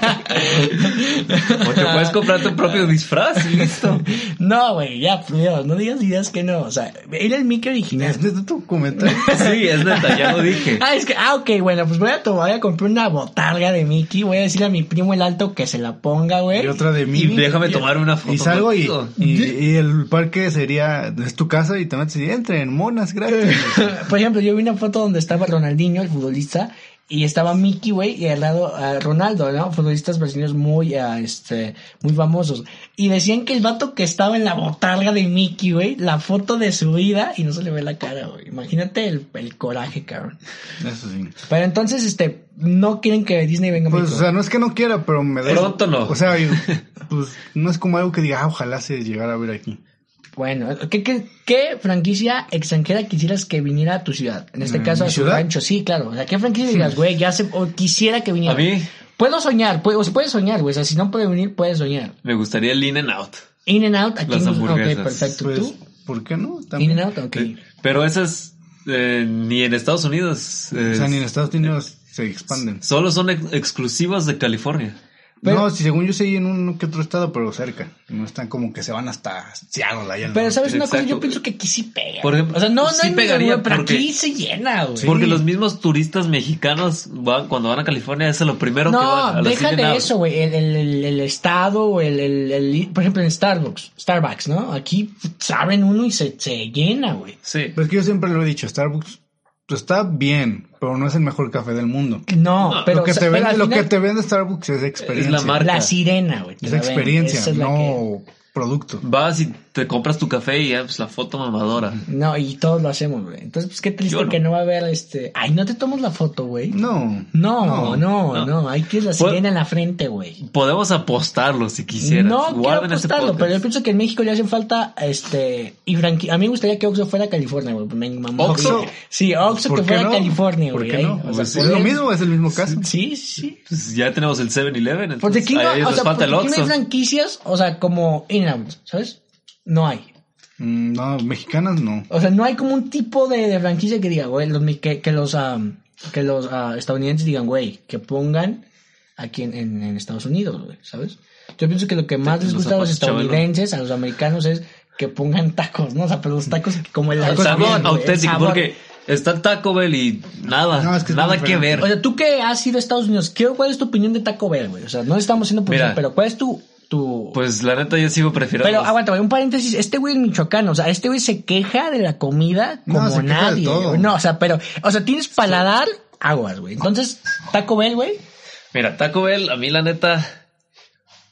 güey.
o te
[laughs]
puedes comprar tu propio disfraz y listo.
No, güey, ya, por Dios, no digas ideas que no. O sea, era el Mickey original.
Este Es de tu comentario.
Sí, es neta, ya lo dije.
Ah, es que, ah, ok, bueno, pues voy a tomar, voy a comprar una botarga de Mickey, voy a decirle a mi primo el alto que se la ponga, güey.
Y otra de mí.
Y déjame tomar una foto.
Y salgo y,
contigo.
y, y el parque sería, es tu casa y te metes y entren,
[laughs]
monas, gratis.
Por ejemplo, yo vi una foto donde estaba Ronaldinho, el futbolista, y estaba Mickey, güey, y al lado ah, Ronaldo, ¿no? Futbolistas brasileños muy, ah, este, muy famosos. Y decían que el vato que estaba en la botarga de Mickey, güey, la foto de su vida, y no se le ve la cara, güey. Imagínate el, el coraje, cabrón.
Eso sí.
Pero entonces, este, no quieren que Disney venga a
Pues,
México.
o sea, no es que no quiera, pero me da...
Pronto no.
O sea, yo- pues, no es como algo que diga, ah, ojalá se llegara a ver aquí.
Bueno, ¿qué, qué, qué franquicia extranjera quisieras que viniera a tu ciudad? En este
¿En
caso, a
mi
su
ciudad?
rancho. Sí, claro. O sea, ¿qué franquicia digas, güey? Ya se, o quisiera que viniera.
A mí
Puedo soñar, puedo, puedes soñar, güey. O sea, si no puede venir, puedes soñar.
me gustaría el In and Out.
In and out, aquí
Las
en-
hamburguesas.
Ok, perfecto.
Pues,
¿Tú?
¿por qué no?
In
También.
and out, ok.
Pero esas eh, ni en Estados Unidos. eh,
O sea, ni en Estados Unidos se expanden.
Solo son ex- exclusivas de California.
Pero-
no, si según yo sé, en un que otro estado, pero cerca. No están como que se van hasta Seattle, allá.
Pero, ¿sabes una cosa?
Exacto.
Yo pienso que aquí sí pega.
Por ejemplo,
o sea, no, no
sí
hay ningún
pegaría
problema, pero
porque-
aquí se llena, güey.
Porque los mismos turistas mexicanos van, cuando van a California, eso es lo primero que van.
No,
a las
deja de
In-N-Out.
eso, güey. El, el, el, el estado, o el, el, el- por ejemplo, en Starbucks, Starbucks, ¿no? Aquí saben uno y se, se llena, güey.
Sí.
Pues que yo siempre lo he dicho, Starbucks pues, está bien, pero no es el mejor café del mundo.
No,
No,
pero
lo que,
o sea,
te
pero
vende,
al
lo
final,
que te vende Starbucks es experiencia.
Es la marca.
la sirena, güey. te
Es
la venden.
experiencia,
Esa es la que-
no producto.
Vas y te compras tu café y ya, pues la foto mamadora.
No, y todos lo hacemos, güey. Entonces, pues qué triste
Yo no.
que no va a haber este. Ay, no te tomas la foto, güey.
No.
No, no,
No,
no,
no.
Ahí tienes la
Pues-
sirena en la frente, güey.
Podemos apostarlo si quisieras.
No quiero
Guarden este
apostarlo,
podcast.
pero yo pienso que en México le hacen falta, este, y franqui- a mí me gustaría que Oxxo fuera a California, güey, me mamó.
¿Oxxo?
Sí, Oxxo Ah, pues, que
¿Por qué
fuera a
no?
California,
¿Por
güey.
qué
ahí,
no?
o sea,
Pues,
por
es lo
él-
mismo, es el mismo caso.
Sí, sí.
Pues ya tenemos el 7-Eleven.
¿Por
entonces
qué no, o
a ellos Pues, les
sea, porque
falta el
aquí no hay
Oxxo.
franquicias, o sea, como in and out, ¿sabes? No hay.
Mm, No, mexicanas no.
O sea, no hay como un tipo de, de franquicia que diga, güey, los, mi- que, que los, am, que los ah, estadounidenses digan, güey, que pongan aquí en, en- en Estados Unidos, güey, ¿sabes? Yo pienso que lo que más les
los
gusta a los
zapatos, Chabelo.
estadounidenses, a los americanos, es que pongan tacos, ¿no? O sea, pero los tacos como el,
El
sabor,
sabor
güey, el
auténtico,
sabor.
porque está Taco Bell y nada,
No, es que es
nada
muy
que ver.
O sea, tú que has ido a Estados Unidos, quiero, ¿cuál es tu opinión de Taco Bell, güey? O sea, no estamos haciendo publicidad,
Mira.
pero ¿cuál es tu... tu...
Pues la neta yo sigo prefiriendo.
pero
los-
aguanta, güey, un paréntesis, este güey es michoacano, o sea, este güey se queja de la comida
No,
como
se queja de
nadie.
todo.
güey. No, o sea, pero, o sea, tienes paladar, aguas, güey. Entonces, Taco Bell, güey,
Mira, Taco Bell, a mí la neta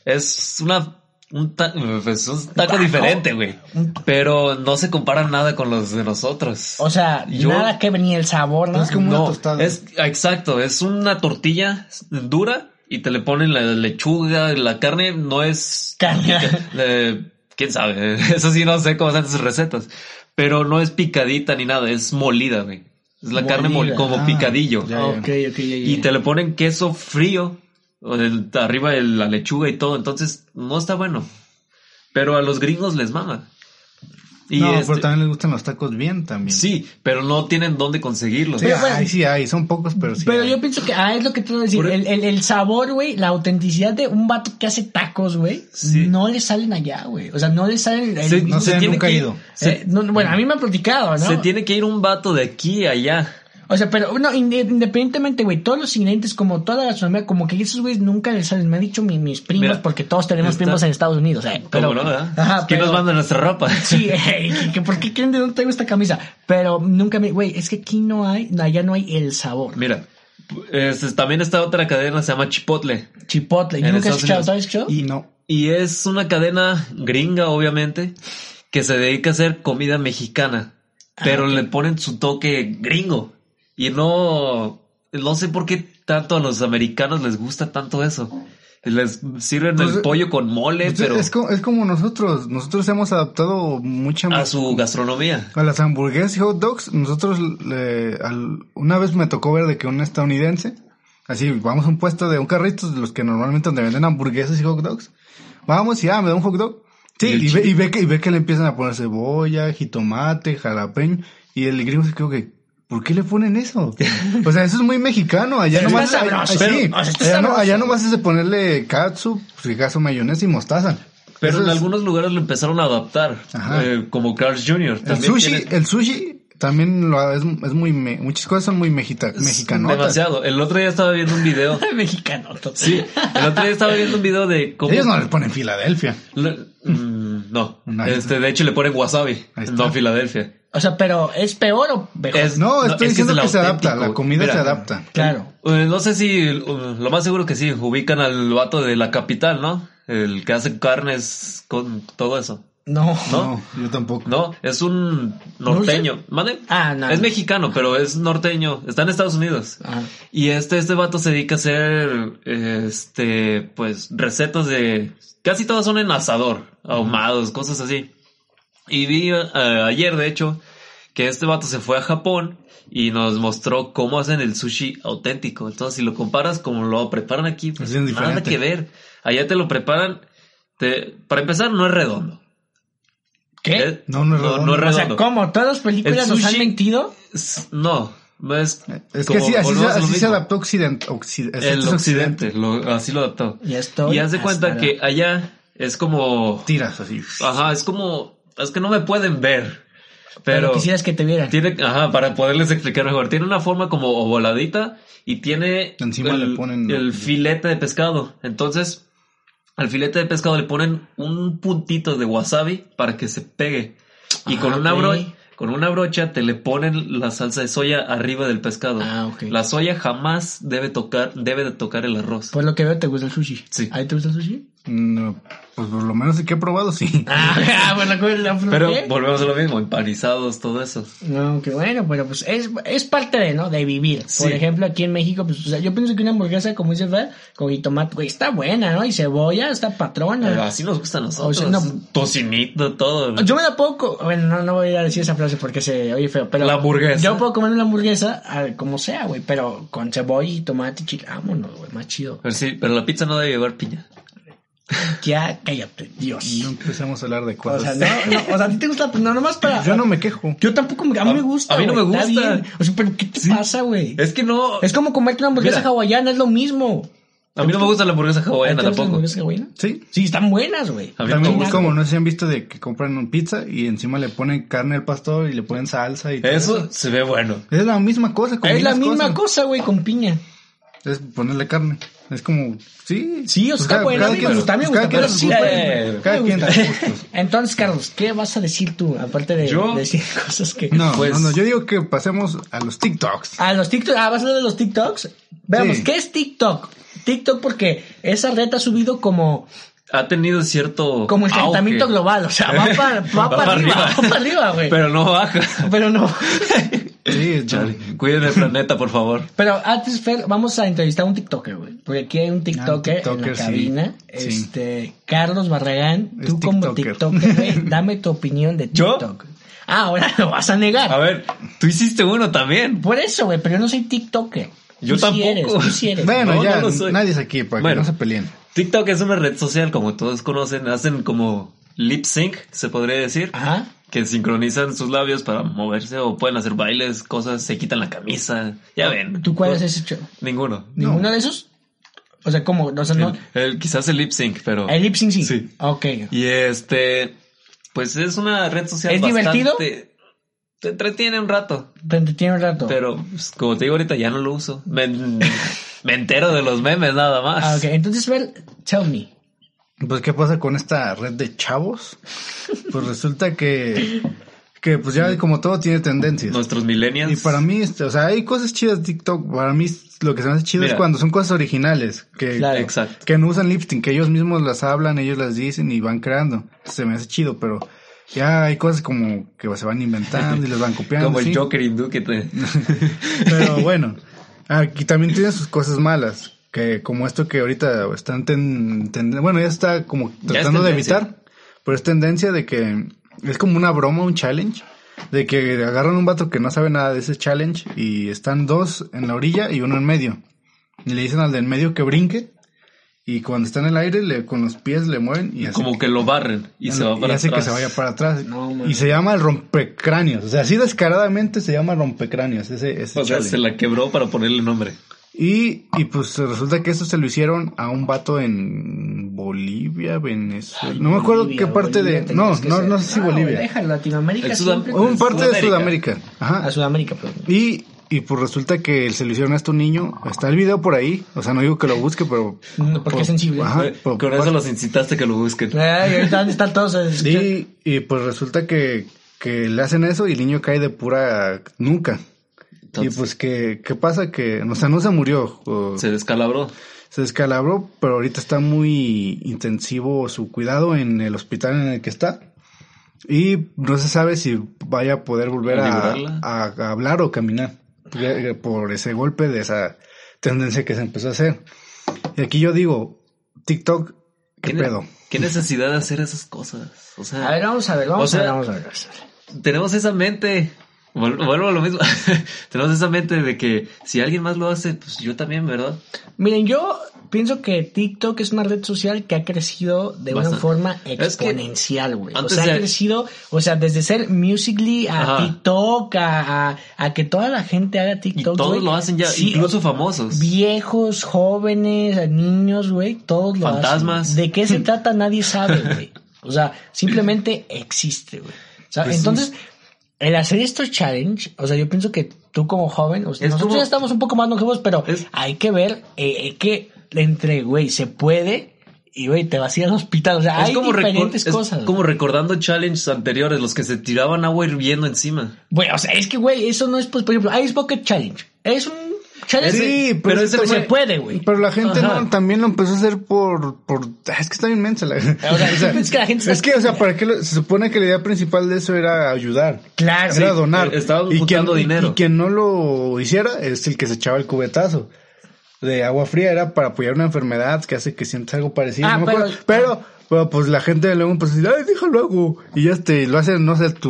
es una un, ta- pues, un taco diferente, güey. Pero no se compara nada con los de nosotros.
o sea,
Yo-
nada que venía el sabor, ¿no?
Es como una
no,
tostada.
es exacto, es una tortilla dura y te le ponen la lechuga, la carne no es
Carne.
Eh, quién sabe, [laughs] eso sí no sé cómo están sus recetas, pero no es picadita ni nada, es molida, güey. Es la carne mol-
Molida,
como
ah,
picadillo.
ya.
Ok, ok, ya, ya.
Y te le ponen queso frío o el- arriba de la lechuga y todo, entonces no está bueno. Pero a los gringos les mama. Y
no,
este-
pero también les gustan los tacos bien también.
Sí, pero no tienen dónde conseguirlos.
Sí,
Pero
hay,
bueno.
sí hay, son pocos, pero sí.
Pero
hay.
yo pienso que, ah, es lo que te voy a decir,
Por-
el, el- el sabor, güey, la autenticidad de un vato que hace tacos, güey,
Sí.
no le salen allá, güey. O sea, no le salen... el-
Se-
no
se
sé,
tiene
nunca he
que-
ido.
se- Mm.
eh, no, bueno, a mí me han platicado, ¿no?
Se tiene que ir un vato de aquí a allá.
O sea, pero no, inde- independientemente, güey, todos los ingredientes, como toda la gastronomía, como que esos güeyes nunca les salen. Me han dicho mi- mis primos,
Mira,
porque todos tenemos
está-
primos en Estados Unidos, eh.
Pero,
Pero,
¿no? verdad?
Ajá,
¿Quién
pero-
nos manda nuestra
[laughs]
ropa? [laughs]
Sí, ey, que- que ¿por qué creen de dónde tengo esta camisa? Pero nunca me, güey, es que aquí no hay, allá no hay el sabor.
Mira, este, también está otra cadena, se llama Chipotle.
Chipotle, yo
En
nunca he
Estados
escuchado,
Unidos.
¿tú has escuchado?
Y no.
Y es una cadena gringa, obviamente, que se dedica a hacer comida mexicana. Pero le ponen su toque gringo. Y no. No sé por qué tanto a los americanos les gusta tanto eso. Les sirven el
Pues,
pollo con mole,
Entonces,
pero
es, como, es como nosotros, nosotros hemos adaptado mucha
a su gastronomía.
A las hamburguesas y hot dogs, nosotros le- al- una vez me tocó ver de que un estadounidense, así, vamos a un puesto de un carrito, de los que normalmente donde venden hamburguesas y hot dogs, vamos y ah, me da un hot dog. Sí,
Y el
y, ve,
chi-
y ve que, y ve que le empiezan a poner cebolla, jitomate, jalapeño, y el gringo se quedó que, ¿por qué le
[laughs]
ponen eso? O sea, eso es muy mexicano, allá
Pero
no
está sabroso,
allá,
pero- o sea, está
allá no,
sabroso.
allá nomás es de ponerle katsu, pues, caso mayonesa y mostaza.
Pero
Eso
en
es-
algunos lugares lo empezaron a adaptar.
Ajá.
eh, como Carl's Jr.
El
También
sushi,
tiene-
el sushi también lo, es, es muy me- muchas cosas son muy mexita, mexicanotas.
Demasiado. El otro día estaba viendo
[laughs]
un video.
[laughs] mexicano. total.
Sí, el otro día estaba viendo un video de cómo.
Ellos no les ponen Filadelfia.
Le- mm, no.
No.
Este, de hecho, le ponen wasabi.
Ahí está.
No a Filadelfia.
O sea, pero ¿es peor o mejor?
Es-
No,
no,
estoy
es que
diciendo
es el
que, se adapta,
auténtico.
la comida
Mira.
se adapta.
claro.
Eh, No sé si. uh, Lo más seguro que sí. Ubican al vato de la capital, ¿no? El que hace carnes con todo eso.
No.
¿No?
No, yo tampoco.
No, es un norteño. ¿Mande?
Ah, no.
Es mexicano, pero es norteño. Está en Estados Unidos.
Ajá.
Y este, este vato se dedica a hacer, este, pues, recetas de... Casi todas son en asador, ahumados, cosas así. Y vi eh, ayer, de hecho, que este vato se fue a Japón y nos mostró cómo hacen el sushi auténtico. Entonces, si lo comparas como lo preparan aquí, pues,
Es bien
nada
diferente.
que ver. Allá te lo preparan, te- para empezar, no es redondo.
¿Qué?
Eh,
No, no es redondo.
o sea, ¿cómo? ¿Todas las películas
El
nos han
sushi-
mentido?
S- No, no es...
Es que
como-
así, así, se,
volvemos a lo
así se
mismo.
adaptó Occidente. Occidente
El occidente, lo- así lo adaptó.
Ya estoy
Y haz de
hasta
cuenta
la-
que allá es como...
Tiras así.
Ajá, es como... Es que no me pueden ver.
Pero
Pero...
quisieras que te vieran.
Tiene, ajá, para poderles explicar mejor. Tiene una forma como ovoladita y tiene
Encima
el,
le ponen-
el filete de pescado. Entonces, al filete de pescado le ponen un puntito de wasabi para que se pegue. Y
Ah,
con una
ok.
brocha, con una brocha te le ponen la salsa de soya arriba del pescado.
Ah, ok.
La soya jamás debe tocar, debe de tocar el arroz.
Por lo que veo, te gusta el sushi.
Sí.
¿A ti te gusta el sushi?
No, pues por lo menos el que he probado, sí.
Ah, bueno, ¿cuál es la
Pero
¿qué?
volvemos a lo mismo, empanizados, todo eso.
No, que bueno, pero pues es, es parte de, ¿no? De vivir. Por
Sí.
ejemplo, aquí en México, pues, o sea, yo pienso que una hamburguesa, como dice Fer, con jitomate, güey, está buena, ¿no? Y cebolla, está
Pero
patrona.
así nos gusta a
O
nosotros.
sea, no-
Tocinito, todo.
Ah, Yo me la puedo, co- bueno, no, no voy a decir esa frase porque se oye feo, pero...
La hamburguesa.
Yo puedo comer una hamburguesa ah, como sea, güey, pero con cebolla y tomate y chile, vámonos, güey, más chido.
Pero sí, pero la pizza no debe llevar piña.
Ya, cállate, Dios.
No empezamos a hablar de
O
cosas.
sea, no, no, o sea, a ti te gusta, pues, no, nomás para...
Yo no me quejo.
Yo tampoco, me- a mí me gusta.
a mí no
güey,
me
está
gusta.
bien. O sea, pero ¿qué te pasa, güey? Es,
Es que no.
como comerte una hamburguesa
Mira.
hawaiana, es lo mismo.
a mí no me gusta la hamburguesa hawaiana
¿Te gustan las
tampoco.
hamburguesas hawaianas?
Sí.
Sí, están buenas, güey.
A mí no me
También
gusta.
como no sé si han visto de que compran un pizza y encima le ponen carne al pastor y le ponen salsa y todo
Eso se ve bueno.
Es la misma cosa.
Es la
combinas
misma
cosas.
cosa, güey, con piña.
Es ponerle carne. Es como, sí.
Sí, o sea,
Pues
está
cada-
buena,
cada
a mí me
quien- pues
gusta, a mí me
cada
gusta,
quien
pero
sus
sí,
gustos,
eh,
güey. Cada
me
quien
gusta. [laughs]
sus gustos.
Entonces, Carlos, ¿qué vas a decir tú? Aparte de
Yo-
decir [laughs] cosas que...
No,
Pues-
no, no, yo digo que pasemos a los TikToks.
A los TikToks, ah, vas a hablar de los TikToks. Veamos,
Sí.
¿qué es TikTok? TikTok porque esa red ha subido como,
Ha tenido cierto.
como el
auge,
calentamiento global, o sea, va
[laughs]
para va pa arriba, [laughs] va para arriba, güey. Pero,
Pero no baja. [laughs]
no.
Sí,
Chale,
no.
cuiden el planeta, por favor.
[laughs] Pero antes, Fer, vamos a entrevistar a un TikToker, güey. Porque aquí hay un TikToker, en
TikToker,
la
sí.
cabina.
Sí.
Este, Carlos Barragán,
Es
tú como
TikToker.
TikToker, güey, dame tu opinión de
¿Yo?
TikTok. Ah, ahora lo vas a negar.
A ver, tú hiciste uno también.
Por eso, güey, pero yo no soy TikToker.
Yo
tú
tampoco.
Sí eres, tú sí eres.
Bueno,
No,
ya,
no lo soy.
nadie es aquí para
Bueno.
que no se peleen.
TikTok es una red social, como todos conocen. Hacen como lip sync, se podría decir.
Ajá.
que sincronizan sus labios para moverse o pueden hacer bailes, cosas, se quitan la camisa. Ya ven.
¿Tú cuál es ese show?
Ninguno.
¿Ninguno de esos? O sea, ¿cómo? O sea, no.
El- el- quizás el lip sync, pero.
El lip sync sí.
Sí.
Ok.
Y este, pues es una red social.
¿Es
bastante-
divertido?
Te entretiene un rato,
Te entretiene un rato.
pero pues, como te digo ahorita ya no lo uso. Me, me entero de los memes nada más.
Ah, ok. Entonces, Bel, tell me.
Pues, ¿qué pasa con esta red de chavos? Pues resulta que, que pues ya como todo tiene tendencias.
Nuestros millennials.
Y para mí, este, o sea, hay cosas chidas de TikTok. Para mí, lo que se me hace chido
Mira.
es cuando son cosas originales. Que,
Claro.
Exacto.
que no usan lipsting, que ellos mismos las hablan, ellos las dicen y van creando. Se me hace chido, pero ya hay cosas como que se van inventando y les van copiando.
Como el
¿sí?
Joker hindú
[laughs]
que te...
Pero bueno, aquí también tiene sus cosas malas. Que como esto que ahorita están ten- ten- bueno, ya está como
Ya es
tratando de
tendencia.
evitar. Pero es tendencia de que es como una broma, un challenge. De que agarran un vato que no sabe nada de ese challenge y están dos en la orilla y uno en medio. Y le dicen al del medio que brinque. Y cuando está en el aire, le, con los pies le mueven y hace
como que lo barren y se va para
hace
atrás.
que se vaya para atrás.
No, man.
y se llama el rompecráneos. O sea, así descaradamente se llama rompecráneos ese, ese
O sea,
challenge.
se la quebró para ponerle nombre.
Y, y pues resulta que esto se lo hicieron a un vato en Bolivia, Venezuela. No me acuerdo
Bolivia,
qué parte
Bolivia
de.
tenías
No,
que
no,
ser. Ah,
no sé si Bolivia.
Deja Latinoamérica.
El Sudam-
O Un parte de
Sudamérica.
Sudamérica. Ajá.
A Sudamérica, pero.
Y, y pues resulta que se lo hicieron a este niño. Está el video por ahí. O sea, no digo que lo busque, pero.
No, Porque
por-
es sensible.
Ajá.
Eh,
por-
Con eso los incitaste que lo busquen.
Ay, ahorita dónde están todos. Es-
Y, y pues resulta que, que le hacen eso y el niño cae de pura nuca.
Entonces,
y pues que, ¿qué pasa? Que, o sea, no se murió. o-
se descalabró.
se descalabró, pero ahorita está muy intensivo su cuidado en el hospital en el que está. Y no se sabe si vaya a poder volver
¿A
a,
librarla?
a- a hablar o caminar eh, eh, por ese golpe de esa tendencia que se empezó a hacer. Y aquí yo digo, TikTok, ¿qué
¿Qué ne-
pedo?
¿Qué necesidad de hacer esas cosas? O sea,
A ver, vamos a ver, vamos
O sea-
a ver, vamos a ver. vamos a ver.
tenemos esa mente. Vuel- Vuelvo a lo mismo. [laughs] tenemos esa mente de que si alguien más lo hace, pues yo también, ¿verdad?
Miren, yo pienso que TikTok es una red social que ha crecido de una
Bastante.
forma
Es que
exponencial, güey. O
antes
sea, ha
de-
crecido, o sea, desde ser Musically a
Ajá.
TikTok, a, a- a que toda la gente haga
Y
TikTok.
todos
güey.
lo hacen ya,
Sí,
incluso famosos.
Viejos, jóvenes, a niños, güey, todos lo
Fantasmas.
hacen. ¿De qué
[laughs]
se trata? Nadie sabe, güey. O sea, simplemente existe, güey. O
Pues
sea, entonces, el hacer estos challenge, o sea, yo pienso que tú como joven, o sea,
Es
nosotros
como-
ya estamos un poco más longevos, pero
Es-
hay que ver eh, eh, que entre, güey, se puede y, güey, te vas a ir al hospital. O sea, hay
recor-
diferentes
es
cosas.
como recordando challenges anteriores, los que se tiraban agua hirviendo encima.
Güey, o sea, es que, güey, eso no es, pues, por ejemplo, Ice Bucket Challenge. Es un challenge.
Sí,
que-
pero
que
ese
se
fue-
puede, güey.
Pero la gente
Ajá.
no, también lo empezó a hacer por, por ah, es que está inmensa
[laughs]
la [laughs]
es que la gente está-
es que, o sea, para qué lo- se supone que la idea principal de eso era ayudar.
Claro.
Era
Sí,
donar.
eh, estaban
y quien,
juntando dinero.
Y quien no lo hiciera es el que se echaba el cubetazo de agua fría. Era para apoyar una enfermedad que hace que sientas algo parecido.
Ah,
no me
pero-
acuerdo. pero, pero, pues la gente luego empezó a decir, ay, déjalo hago. Y ya este, lo hace, no sé, tu,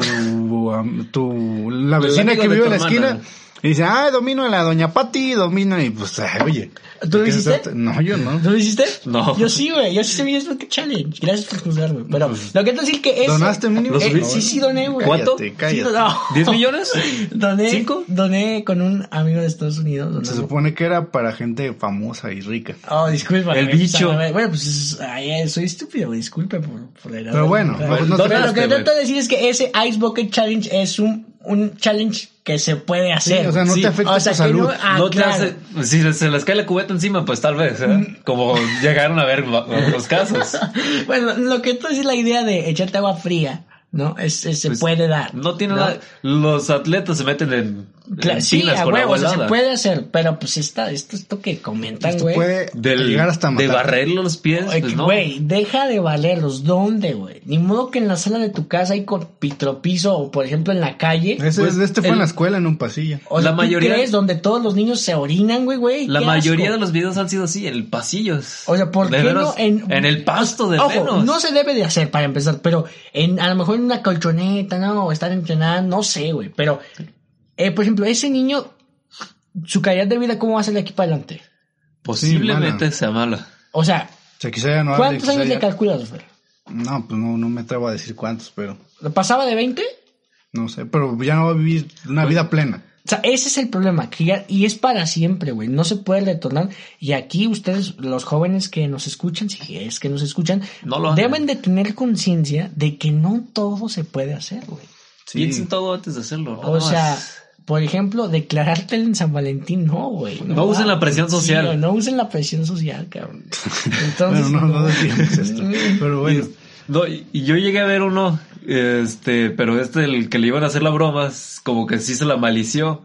am- tu, la vecina
amigo
que
de
vive
tu
en la
hermana.
esquina. Y dice, ah, domino a la doña Pati, domino. Y pues, ay, oye.
¿Tú lo
¿de qué se
hiciste?
trata? No, yo no.
¿Tú lo hiciste?
No.
Yo sí, güey. Yo sí subí Ice Bucket Challenge. Gracias por juzgarme. Pero lo que te decir que es.
¿Donaste mínimo?
¿Lo
Eh,
subiste?
sí, sí, doné, güey.
Pues, ¿Cuánto?
Cállate,
Sí,
cállate.
no. [laughs]
¿10 millones?
Doné,
¿Cinco?
Doné con un amigo de Estados Unidos.
Se
donamos-
supone que era para gente famosa y rica.
Oh, disculpa.
El
güey,
bicho.
o sea, Bueno, pues es- ay, soy estúpido, güey. Disculpe por, por la edad.
Pero bueno, no, no te
Pero lo que
güey.
trato de decir es que ese Ice Bucket Challenge es un, un challenge que se puede hacer.
o sea, no
güey.
te afecta
o sea,
tu
que
salud.
No, ah,
no
claro. Mm.
te hace. Si se les cae la cubeta encima, pues tal vez, ¿eh? Como llegaron a ver va- los casos.
[laughs] Bueno, lo que tú dices, la idea de echarte agua fría, ¿no? Es, es- se
Pues,
puede dar.
No tiene nada. Los atletas se meten en.
Claro,
en
sí,
pilas
a
con
huevo,
agua
o sea, se
helada.
puede hacer, pero pues esta, esto, esto que comentan,
Esto
güey.
puede
Del-
llegar hasta
de
matar.
barrer los pies,
Ay,
pues
que,
no.
Güey, deja de valerlos. ¿Dónde, güey? Ni modo que en la sala de tu casa hay con pitropiso o, por ejemplo, en la calle.
Ese-
Pues,
este fue
el-
en la escuela, en un pasillo.
O sea,
la
¿tú
mayoría-
crees donde todos los niños se orinan, güey, güey?
La
¡Qué
mayoría
asco!
de los videos han sido así, en pasillos.
O sea, ¿por
De
qué
veras,
no en...
en el pasto de
Ojo,
menos.
no se debe de hacer para empezar, pero en, a lo mejor en una colchoneta, ¿no? O estar entrenando, no sé, güey. Pero, eh, por ejemplo, ese niño, su calidad de vida, ¿cómo va a ser de aquí para adelante?
Posiblemente
Sí,
sea mala.
O sea,
O sea, quizá ya no hable,
¿cuántos
quizá
años
pues ya-
le calculas, güey?
No, pues no, no me atrevo a decir cuántos, pero...
¿Pasaba de 20?
No sé, pero ya no va a vivir una vida plena.
O sea, ese es el problema, que ya- y es para siempre, güey, no se puede retornar. Y aquí ustedes, los jóvenes que nos escuchan, si es que nos escuchan,
No lo hagan.
deben de tener conciencia de que no todo se puede hacer, güey.
Sí.
Piensen todo antes de hacerlo. nada
O sea,
más.
por ejemplo, declararte en San Valentín, no, güey.
No usen
mames.
la presión social.
güey, no usen la presión social, cabrón.
Bueno,
Entonces,
no, no
[laughs]
decíamos esto. Pero bueno,
No, y y yo llegué a ver uno, este, pero este, el que le iban a hacer la broma, es como que sí se la malició.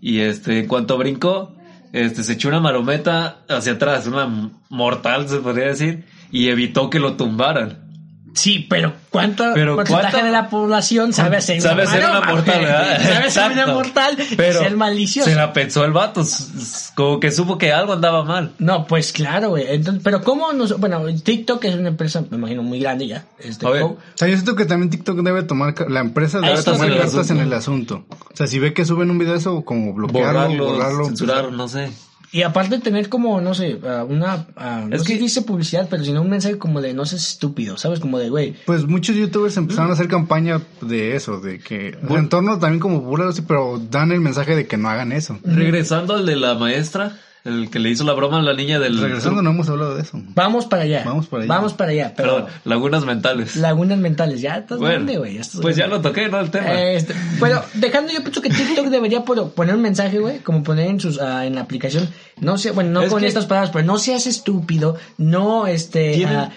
Y este, en cuanto brincó, este, se echó una marometa hacia atrás, una m- mortal, se podría decir, y evitó que lo tumbaran.
Sí, pero ¿cuánto
Pero
porcentaje
¿cuánto?
de la población sabe hacer
Sabe hacer una
maroma,
mortal,
güey?
¿verdad?
[laughs] Sabe hacer una
Exacto.
mortal
Pero
y ser malicioso.
Se la pensó el vato, s- s- como que supo que algo andaba mal.
No, pues claro, güey. Entonces, pero ¿cómo nos...? Bueno, TikTok es una empresa, me imagino, muy grande ya. Este,
A ver,
¿cómo?
o sea, yo siento que también TikTok debe tomar, ca- la empresa
Ahí
debe
está,
tomar
sí, Ah, el
cartas en
asunto.
el asunto. O sea, si ve que suben un video de eso, como bloquearlo,
Borrarlo,
borrarlo.
censurarlo, no sé.
Y aparte tener como, no sé, ah, una... ah, no
Es
sé
que-
si dice publicidad, pero sino un mensaje como de no seas estúpido, ¿sabes? Como de, güey,
Pues muchos youtubers empezaron a hacer campaña de eso, de que o sea, en torno también como burla, sí, pero dan el mensaje de que no hagan eso.
Regresando al de la maestra, el que le hizo la broma a la niña del...
Regresando, no hemos hablado de eso.
vamos para allá.
Vamos para allá.
Vamos para allá. Pero
Perdón, lagunas mentales.
lagunas mentales, ya estás
Bueno,
grande, güey. ya estás
pues ya
grande.
lo toqué, ¿no? El tema.
Este, pero dejando yo pienso que TikTok debería por- poner un mensaje, güey, como poner en sus ah, en la aplicación, no sé, bueno, no
Es
con
que-
estas palabras, pero no seas estúpido, no este
Tienen-
ah,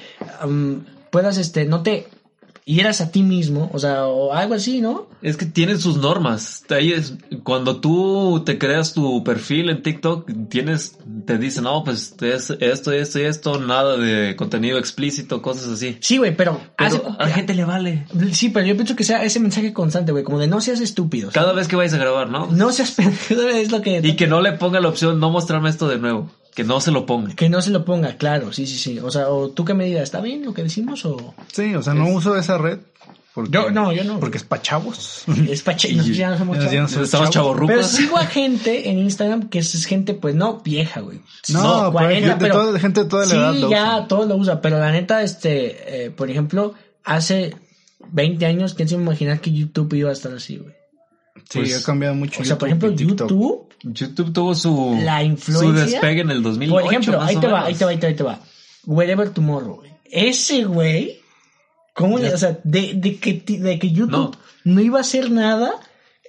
um, puedas este no te hieras a ti mismo, o sea, o algo así, ¿no?
Es que tienen sus normas. Ahí es, cuando tú te creas tu perfil en TikTok, tienes, te dicen, no, pues es esto, esto y esto, nada de contenido explícito, cosas así.
Sí, güey, pero,
Pero
hace-
a la gente le vale.
sí, pero yo pienso que sea ese mensaje constante, güey, como de no seas estúpido. o sea,
Cada vez que vayas a grabar, ¿no?
No seas pendejo, [laughs] es lo que
Y que no le ponga la opción, no mostrarme esto de nuevo. Que no se lo ponga.
que no se lo ponga, claro, sí, sí, sí. O sea, o tú que me digas, ¿está bien lo que decimos o
Sí, o sea, no uso esa red. Porque,
Yo- no, yo no.
Porque es para chavos.
es pache, y nosotros ya nos hemos
Ya nos
echado?
Son
Estamos
chavos.
chavorrucos.
Pero sigo a gente en Instagram que es gente, pues [laughs] no vieja, güey.
No, pero hay gente toda- gente de toda la
sí,
edad lo
ya
usa.
todo lo usa. Pero la neta, este, eh, por ejemplo, hace 20 años, ¿quién se iba a imaginar que YouTube iba a estar así, güey?
Sí,
Pues,
ha cambiado mucho.
O sea, por
YouTube
ejemplo,
y TikTok.
YouTube,
YouTube tuvo su,
La
su
influencia.
despegue en el 2008.
por ejemplo,
más
ahí
o
te va,
menos.
ahí te va, ahí te va, ahí te va. Wherever Tomorrow, güey. Ese güey, ¿cómo le, o sea, de, de que, ti- de que YouTube no. iba a hacer nada,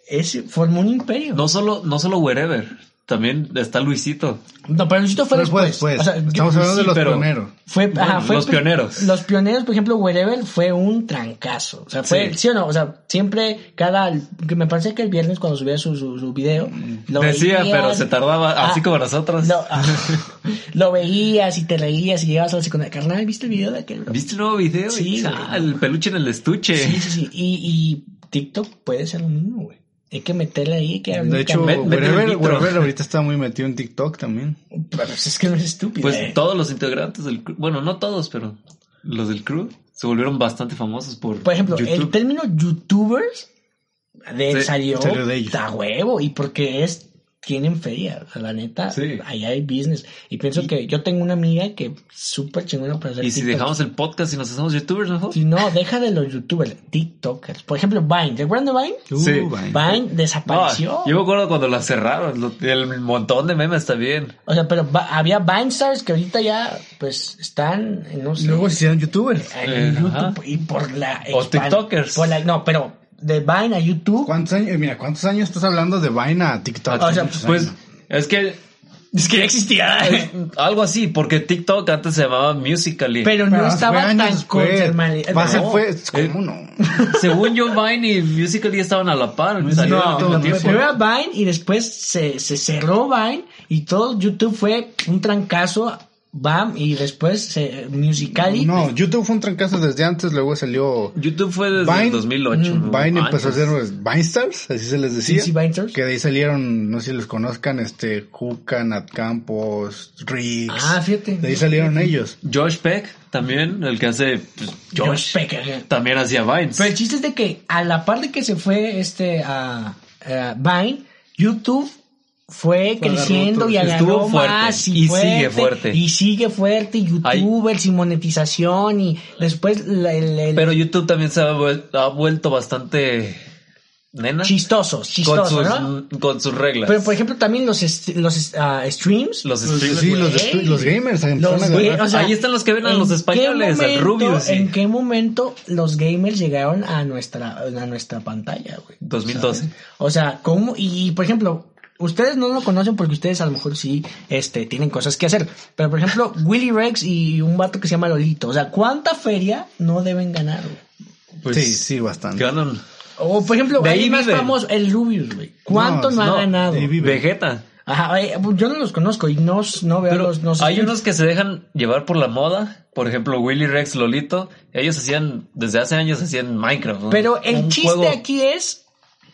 ese formó un imperio.
No solo, no solo Wherever, también está Luisito.
No, pero Luisito fue
Pero fue después.
pues, O sea, yo-
Estamos hablando
sí,
de los
pero-
primeros.
Fue,
Bueno,
ajá, fue
los
pri-
pioneros.
Los pioneros, por ejemplo, Wherever fue un trancazo. O sea, fue, sí.
Sí.
o no, o sea, siempre cada, que me parece que el viernes cuando subía su, su, su video, lo
Mm. Decía,
veías.
pero se tardaba, así
Ah,
como nosotros.
Lo, ah, [laughs] lo veías y te reías y llegabas a la secundaria. Carnal, ¿viste el video de aquel? bro?
¿Viste el nuevo video?
Sí,
Chal,
güey.
el peluche en el estuche.
Sí, sí, sí. Y, y TikTok puede ser lo mismo, güey. Hay que meterle ahí que
De hecho,
Met- métele el
Wherever,
nitro.
Wherever ahorita está muy metido en TikTok también.
Pero es que no es estúpido.
Pues
eh.
todos los integrantes del crew, bueno, no todos, pero los del crew se volvieron bastante famosos por,
Por ejemplo, el
YouTube.
término youtubers de
Sí,
salió,
salió de ellos.
da huevo y porque es tienen feria, o sea, la neta,
Sí.
ahí hay business. Y pienso que yo tengo una amiga que es súper chingona para hacer
Y si
TikToks.
dejamos el podcast y nos hacemos youtubers, mejor.
Si no, deja de los youtubers, tiktokers. Por ejemplo, Vine, ¿te acuerdan de Vine?
Sí.
vaya.
Vine
No,
desapareció.
yo me acuerdo cuando la cerraron, lo- el montón de memes también.
O sea, pero va- había Vine Stars que ahorita ya, pues, están, en, no sé,
Y luego se hicieron youtubers.
en
Eh,
YouTube
ajá.
y por la...
O
expan-
tiktokers.
por la- no, pero de Vine a YouTube...
¿Cuántos años? eh, Mira, ¿cuántos años estás hablando de vaina TikTok?
Ah, O sea,
Muchos
Pues
años.
es que
Es que ya existía.
[laughs]
es algo así, porque TikTok antes se llamaba Musical.ly.
Pero no
Pero
estaba
Ah, fue
tan
años después.
consermali-
Va a ser
no.
fue, ¿cómo no?
[laughs]
Según yo, Vine y Musical.ly estaban a la par. salieron al
No,
mismo
no,
tiempo.
primero era Vine y después se, se cerró Vine y todo YouTube fue un trancazo, bam, y después se, Musical.ly.
No, YouTube fue un trancazo desde antes, luego salió
YouTube fue desde
Vine- mm,
el 2008. ¿no?
Vine empezó a
Antes.
hacer Vine Stars, así se les decía.
Sí, sí, Vine Stars.
Que de ahí salieron, no sé si los conozcan, este, Juca, Nat Campos, Riggs.
Ah, fíjate.
De ahí salieron ellos.
Josh Peck también, el que hace pues, Josh,
Josh Peck, ajá.
también hacía Vines.
Pero el chiste es de que a la par de que se fue este a a Vine, YouTube fue
Fue
creciendo
agarró
y
otro-
agarró
estuvo fuerte,
más
y sigue fuerte.
y sigue fuerte y
Ay.
youtubers y monetización y después la- el- el-
Pero YouTube también se ha, vuel- ha vuelto bastante nena
chistosos
con,
chistoso
sus,
¿no?
con sus reglas.
pero por ejemplo también los est- los ah, streams
los
Los,
streamers,
pues, sí,
güey.
los, de- los gamers empezaron a
Los
agarrar.
ga- o sea,
Ahí están los que ven a
¿en
los
qué
españoles, al
momento-
Rubius, sí.
¿En qué momento los gamers llegaron a nuestra, a nuestra pantalla, güey?
2012.
O sea, ¿cómo? Y, por ejemplo, ustedes no lo conocen porque ustedes a lo mejor sí este, tienen cosas que hacer. Pero, por ejemplo, [laughs] Willy Rex y un vato que se llama Lolito. O sea, ¿cuánta feria no deben ganar, güey?
Pues,
sí, sí, bastante.
ganan
O, por ejemplo,
De
ahí
ahí
más
viven.
famoso, el Rubius, güey. ¿Cuánto no,
No,
no,
ha ganado?
ahí viven.
Vegeta.
Ajá, eh, yo no los conozco y no, no veo
Pero
los... No sé
hay
quién-
unos que se dejan llevar por la moda. Por ejemplo, Willy Rex, Lolito. Ellos hacían, desde hace años hacían Minecraft. ¿no?
Pero el
Un
chiste
juego-
aquí es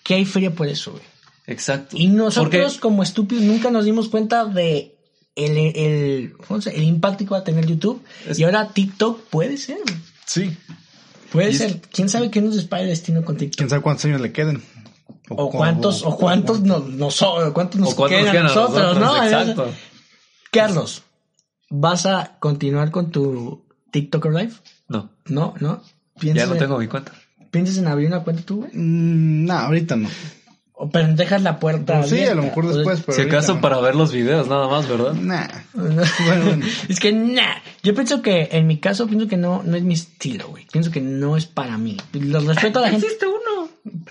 que hay feria por eso, güey.
Exacto.
Y nosotros
Porque
como estúpidos nunca nos dimos cuenta de el, el, ¿cómo se dice? el impacto que va a tener YouTube.
Es-
Y ahora TikTok puede ser.
Sí.
Puede
Y es-
ser. ¿Quién sabe qué nos despara el destino con TikTok?
Quién sabe cuántos años le queden.
O cuántos, o cuántos nos, nos, o cuántos nos
o cuántos
quedan a
quedan a
nosotros, ¿no?
Exacto.
Carlos, ¿vas a continuar con tu TikTok Live?
No,
No, no.
ya
¿Piensas
no
en-
tengo mi cuenta.
¿Piensas en abrir una cuenta tú, güey?
Mm, no, ahorita no.
O pero dejas la puerta
Pues sí, a lo
abierta.
mejor
O sea,
después, pero
si
ahorita
acaso
no. Mm.
para ver los videos nada más, ¿verdad?
Nah.
Bueno,
[laughs] bueno.
[laughs] es que nah. Yo pienso que, en mi caso, pienso que no, no es mi estilo, güey. Pienso que no es para mí. Los respeto
[laughs]
a la gente.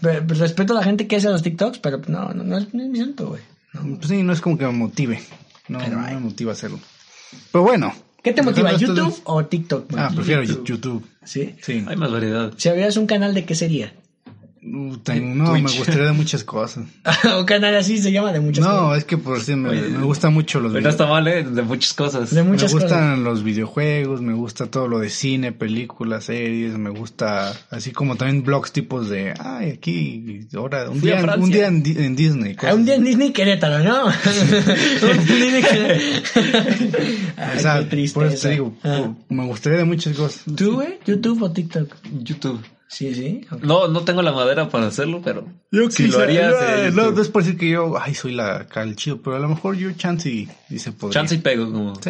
Pe- pe- Respeto a la gente que hace los TikToks, pero no, no, no es, no es mi asunto, güey.
Pues sí, no es como que me motive. No, no me motiva hacerlo. Pero bueno.
¿Qué te motiva,
Mejor esto
YouTube
de-
o TikTok? güey?
Ah, prefiero YouTube.
¿Sí?
Sí.
Hay más variedad.
Si abrieras un canal, ¿de qué sería? [laughs]
Uh, tengo- no, me
Twitch.
gustaría de muchas cosas.
un canal así se llama de muchas
No,
cosas.
es que por si me, me gustan mucho los
Hoy No
videojuegos.
está mal, ¿eh? De muchas cosas.
De muchas
me
cosas.
gustan los videojuegos, me gusta todo lo de cine, películas, series, me gusta así como también blogs tipos de, ay, aquí, ahora, un,
Fui a
día, en- un
Francia.
día en, Di- en Disney.
Ah,
cosas
Un día en
así.
Disney Querétaro,
[laughs]
¿no? [laughs] un Disney Querétaro. Ay,
O sea,
qué triste
por eso
eso.
te digo,
Ah.
por- me gustaría de muchas cosas.
¿Tú, güey? ¿YouTube o TikTok?
YouTube.
Sí, sí. ok.
No, no tengo la madera para hacerlo, pero
Yo
si lo haría, sería
no,
YouTube.
no es por decir que yo, ay, soy la cal chido, pero a lo mejor yo chance y, y se podría.
chance y pego como,
Sí.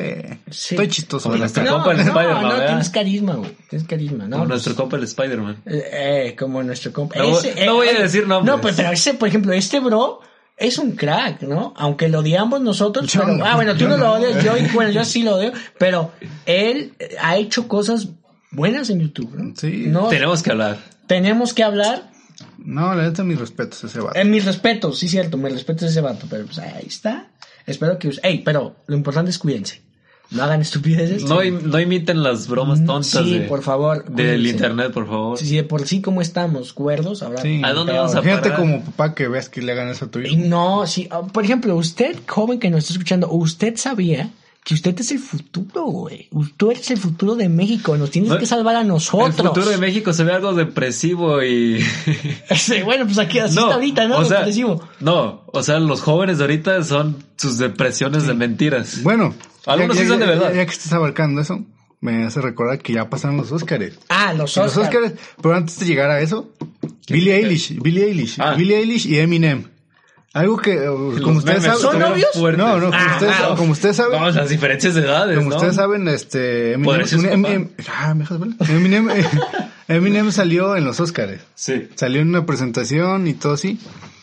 Sí.
Estoy chistoso.
Como
la
las Te
verdad.
compa el Spider-Man,
no,
¿verdad?
tienes carisma, güey. Tienes carisma, ¿no? pues.
como nuestro compa el Spider-Man.
Eh, eh, como nuestro compa. eh,
No voy- no voy a
oye,
decir nombres.
No, pues, pero ese, por ejemplo, este bro es un crack, ¿no? Aunque lo odiamos nosotros,
Yo
pero-
no,
ah, bueno, tú
yo
no, lo
no.
odias, yo, bueno, yo sí lo odio, pero él eh, ha hecho cosas buenas en YouTube, ¿no?
Sí.
No,
Tenemos que hablar.
tenemos que hablar.
No, la neta, mis respetos a ese vato.
En mis respetos, sí, cierto, mis respetos a ese vato, pero pues ahí está. Espero que. us- Ey, pero lo importante es cuídense. No hagan estupideces.
No, im- no imiten las bromas tontas
Mm, Sí,
de-
por favor.
del
cuídense.
internet, por favor.
Si de por sí como estamos, cuerdos, ahora.
Sí,
¿A dónde
pero
vamos a
Fíjate
parar?
como papá que veas que le hagan eso a tu
Y
hijo.
no, sí. ah, Por ejemplo, usted, joven que nos está escuchando, usted sabía que usted es el futuro, güey. Tú eres el futuro de México. Nos tienes
No,
que salvar a
El
nosotros.
futuro de México se ve algo depresivo y...
[laughs] Sí, bueno, pues aquí así está ahorita, ¿no?
O
Lo
sea,
que te digo.
no, o sea, los jóvenes de ahorita son sus depresiones de mentiras.
Bueno,
Algunos sí son de verdad.
Ya, que estás abarcando eso, me hace recordar que ya pasaron los Óscares.
Ah, los
Los
Oscar.
Óscares, pero antes de llegar a eso, Billie Eilish, Billie Eilish,
Ah.
Billie Eilish y Eminem. Algo que, eh, como ustedes saben,
memes
¿Son
estuvieron
novios?
fuertes.
no, no, como,
Ah,
ustedes,
ah,
como ustedes saben,
Vamos, las diferencias de edades,
como
¿no?
ustedes saben, este, Eminem,
¿Podría ser su
un-
papá?
Eminem- ah, me dejas hablar. Eminem, [laughs] Eminem salió en los Óscares.
Sí.
Salió en una presentación y todo así.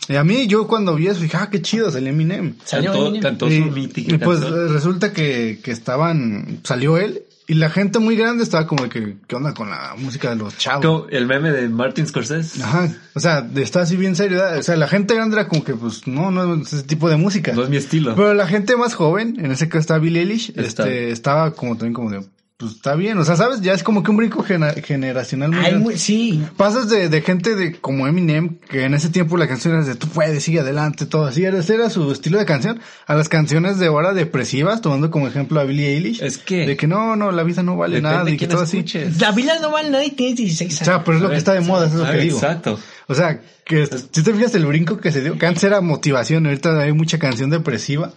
Y a mí, yo cuando vi eso, dije, ah, qué chido, salió Eminem.
Salió
Cantó-
Eminem.
cantó
Y-
su mítica
y pues
canción.
eh, resulta que, que estaban, salió él y la gente muy grande estaba como que, ¿qué onda con la música de los chavos?
Como el meme de Martin Scorsese.
Ajá, o sea, de- está así bien serio, ¿verdad? o sea, la gente grande era como que, pues, no, no es ese tipo de música.
No es mi estilo.
Pero la gente más joven, en ese caso está Billie Eilish,
Está.
este, estaba como también como de, pues, está bien, o sea, ¿sabes? Ya es como que un brinco gena- generacional muy
Ay,
grande.
muy- sí.
Pasas de, de gente de como Eminem, que en ese tiempo la canción era de tú puedes, sigue adelante, todo así, era, ese era su estilo de canción, a las canciones de ahora depresivas, tomando como ejemplo a Billie Eilish.
Es que-
De que no, no, la vida no vale
Depende
nada y que
quién
todo así.
escuches.
La vida no vale nada y tienes 16
O
años.
sea, pero es lo que está de moda, eso es lo
Ah,
que digo.
Exacto.
O sea, que si te fijas el brinco que se dio, que antes era motivación, ahorita hay mucha canción depresiva.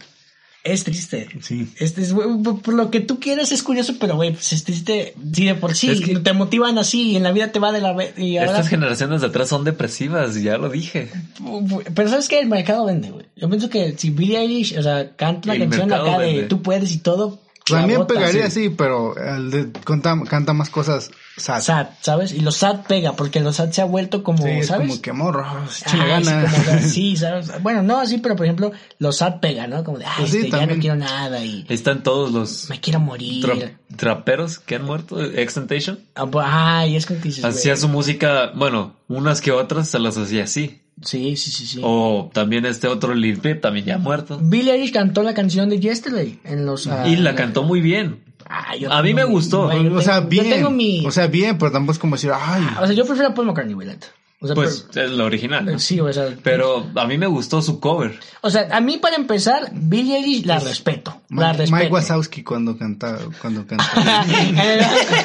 Es triste.
Sí.
Este es, güey, por por lo que tú quieras es curioso, pero güey, pues es triste. Sí, de por sí.
Es que-
te motivan así y en la vida te va de la ve- y ahora-
Estas generaciones de atrás son depresivas, ya lo dije.
Pero sabes que el mercado vende, güey. Yo pienso que si Billie Eilish, o sea, canta una
El
canción
mercado
acá de
vende.
tú puedes y todo. la
También
bota,
pegaría, sí, pero el de- canta, canta más cosas sad.
Sad, ¿sabes? Y lo sad pega, porque lo sad se ha vuelto como,
Sí, es
¿sabes?
como que morro,
Ah,
chile
sí,
gana.
como
[laughs]
que sí, ¿sabes? Bueno, no, sí, pero por ejemplo, lo sad pega, ¿no? Como de, ay,
Pues sí,
este, ya no
también.
quiero nada y
Ahí están todos los
me quiero morir.
tra- traperos que han muerto. Extentation
Ah, pues, Ay, es como que dices,
hacía
güey,
su música, bueno, unas que otras se las hacía así.
Sí, sí, sí, sí.
O también este otro Lil Peep, también ya muerto.
Billie Eilish cantó la canción de Yesterday en los... ah,
Y la cantó muy bien.
Ah, yo
A mí
tengo
me
mi-
gustó.
güey, yo
o sea,
tengo- yo
bien.
tengo mi... Ah,
O sea, bien, pero tampoco es como decir, ay.
O sea, yo prefiero a Paul McCartney, güey, la neta. O sea,
Pues
pero-
es la original.
pero sí, güey, o sea...
Pero a mí me gustó su cover.
O sea, a mí para empezar, Billie Eilish
Pues,
la respeto. La
Mike, Mike
respeto.
Wazowski cuando canta, cuando canta.
[laughs]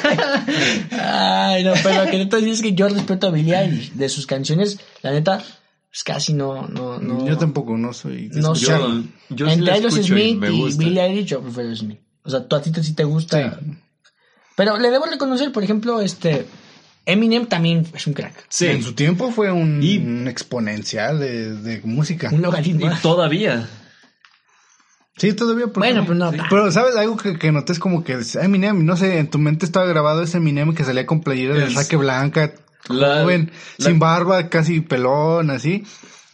Ay, no, pero lo que neta sí es que yo respeto a Billie Eilish. De sus canciones, la neta, pues casi no, no, [laughs] no.
Yo tampoco no soy. de
No
escuchar.
Yo, yo sí
Entre
la
Taylor
escucho y
Smith
me
y,
gusta.
Billie Eilish, yo prefiero Smith. O sea, tú a ti te, sí te gusta.
Sí.
Pero le debo reconocer, por ejemplo, este. Eminem también es un crack.
Sí.
En su tiempo fue un,
Y-
un exponencial de, de música.
Un logaritmo.
Y todavía.
Sí, todavía. porque-
Bueno, pero no.
Sí. Pero, ¿sabes? Algo que, que noté es como que es Eminem, no sé, en tu mente estaba grabado ese Eminem que salía con playera de
Es-
saque blanca,
La-
joven,
la-
sin barba, casi pelón, así.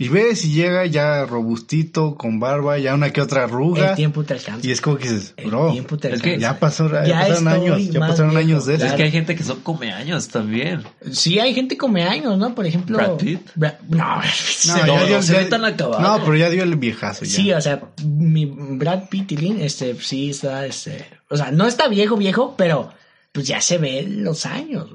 Y ves y llega ya robustito, con barba, ya una que otra arruga.
El tiempo te alcanza.
Y es como que dices,
El
bro,
tiempo te
es que
alcanza.
ya, pasó, ya,
Ya
pasaron
estoy
años, ya
más
pasaron
viejo.
años de eso.
Es que hay gente que son comeaños también.
Sí, hay gente come años, ¿no? Por ejemplo.
Brad Pitt.
Bra- no, [laughs]
No,
se-
No,
ya
no,
dio-
se
ya-
ve tan acabado.
No, pero ya dio el viejazo. Ya.
Sí, o sea, mi Brad Pitt y Lin, este, sí está, este, o sea, no está viejo, viejo, pero pues ya se ven los años,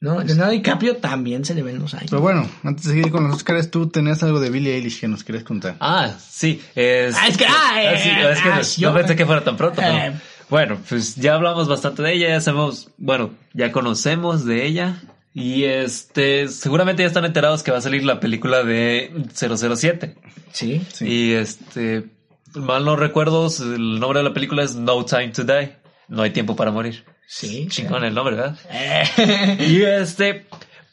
¿no? Leonardo DiCaprio también se le ven los años.
Pero bueno, antes de seguir con los Oscars, tú tenías algo de Billie Eilish que nos querías contar.
Ah, sí. Es,
Ah, es que- ah, eh,
sí, es que
ah,
no-
yo-
no pensé que fuera tan pronto. pero-
Eh.
bueno, pues ya hablamos bastante de ella, ya sabemos, bueno, ya conocemos de ella. Y este, seguramente ya están enterados que va a salir la película de 007.
Sí.
Sí.
Y este, mal no recuerdo, el nombre de la película es No Time to Die. No hay tiempo para morir.
Sí.
Chingón el nombre, ¿verdad?
Eh,
Y este,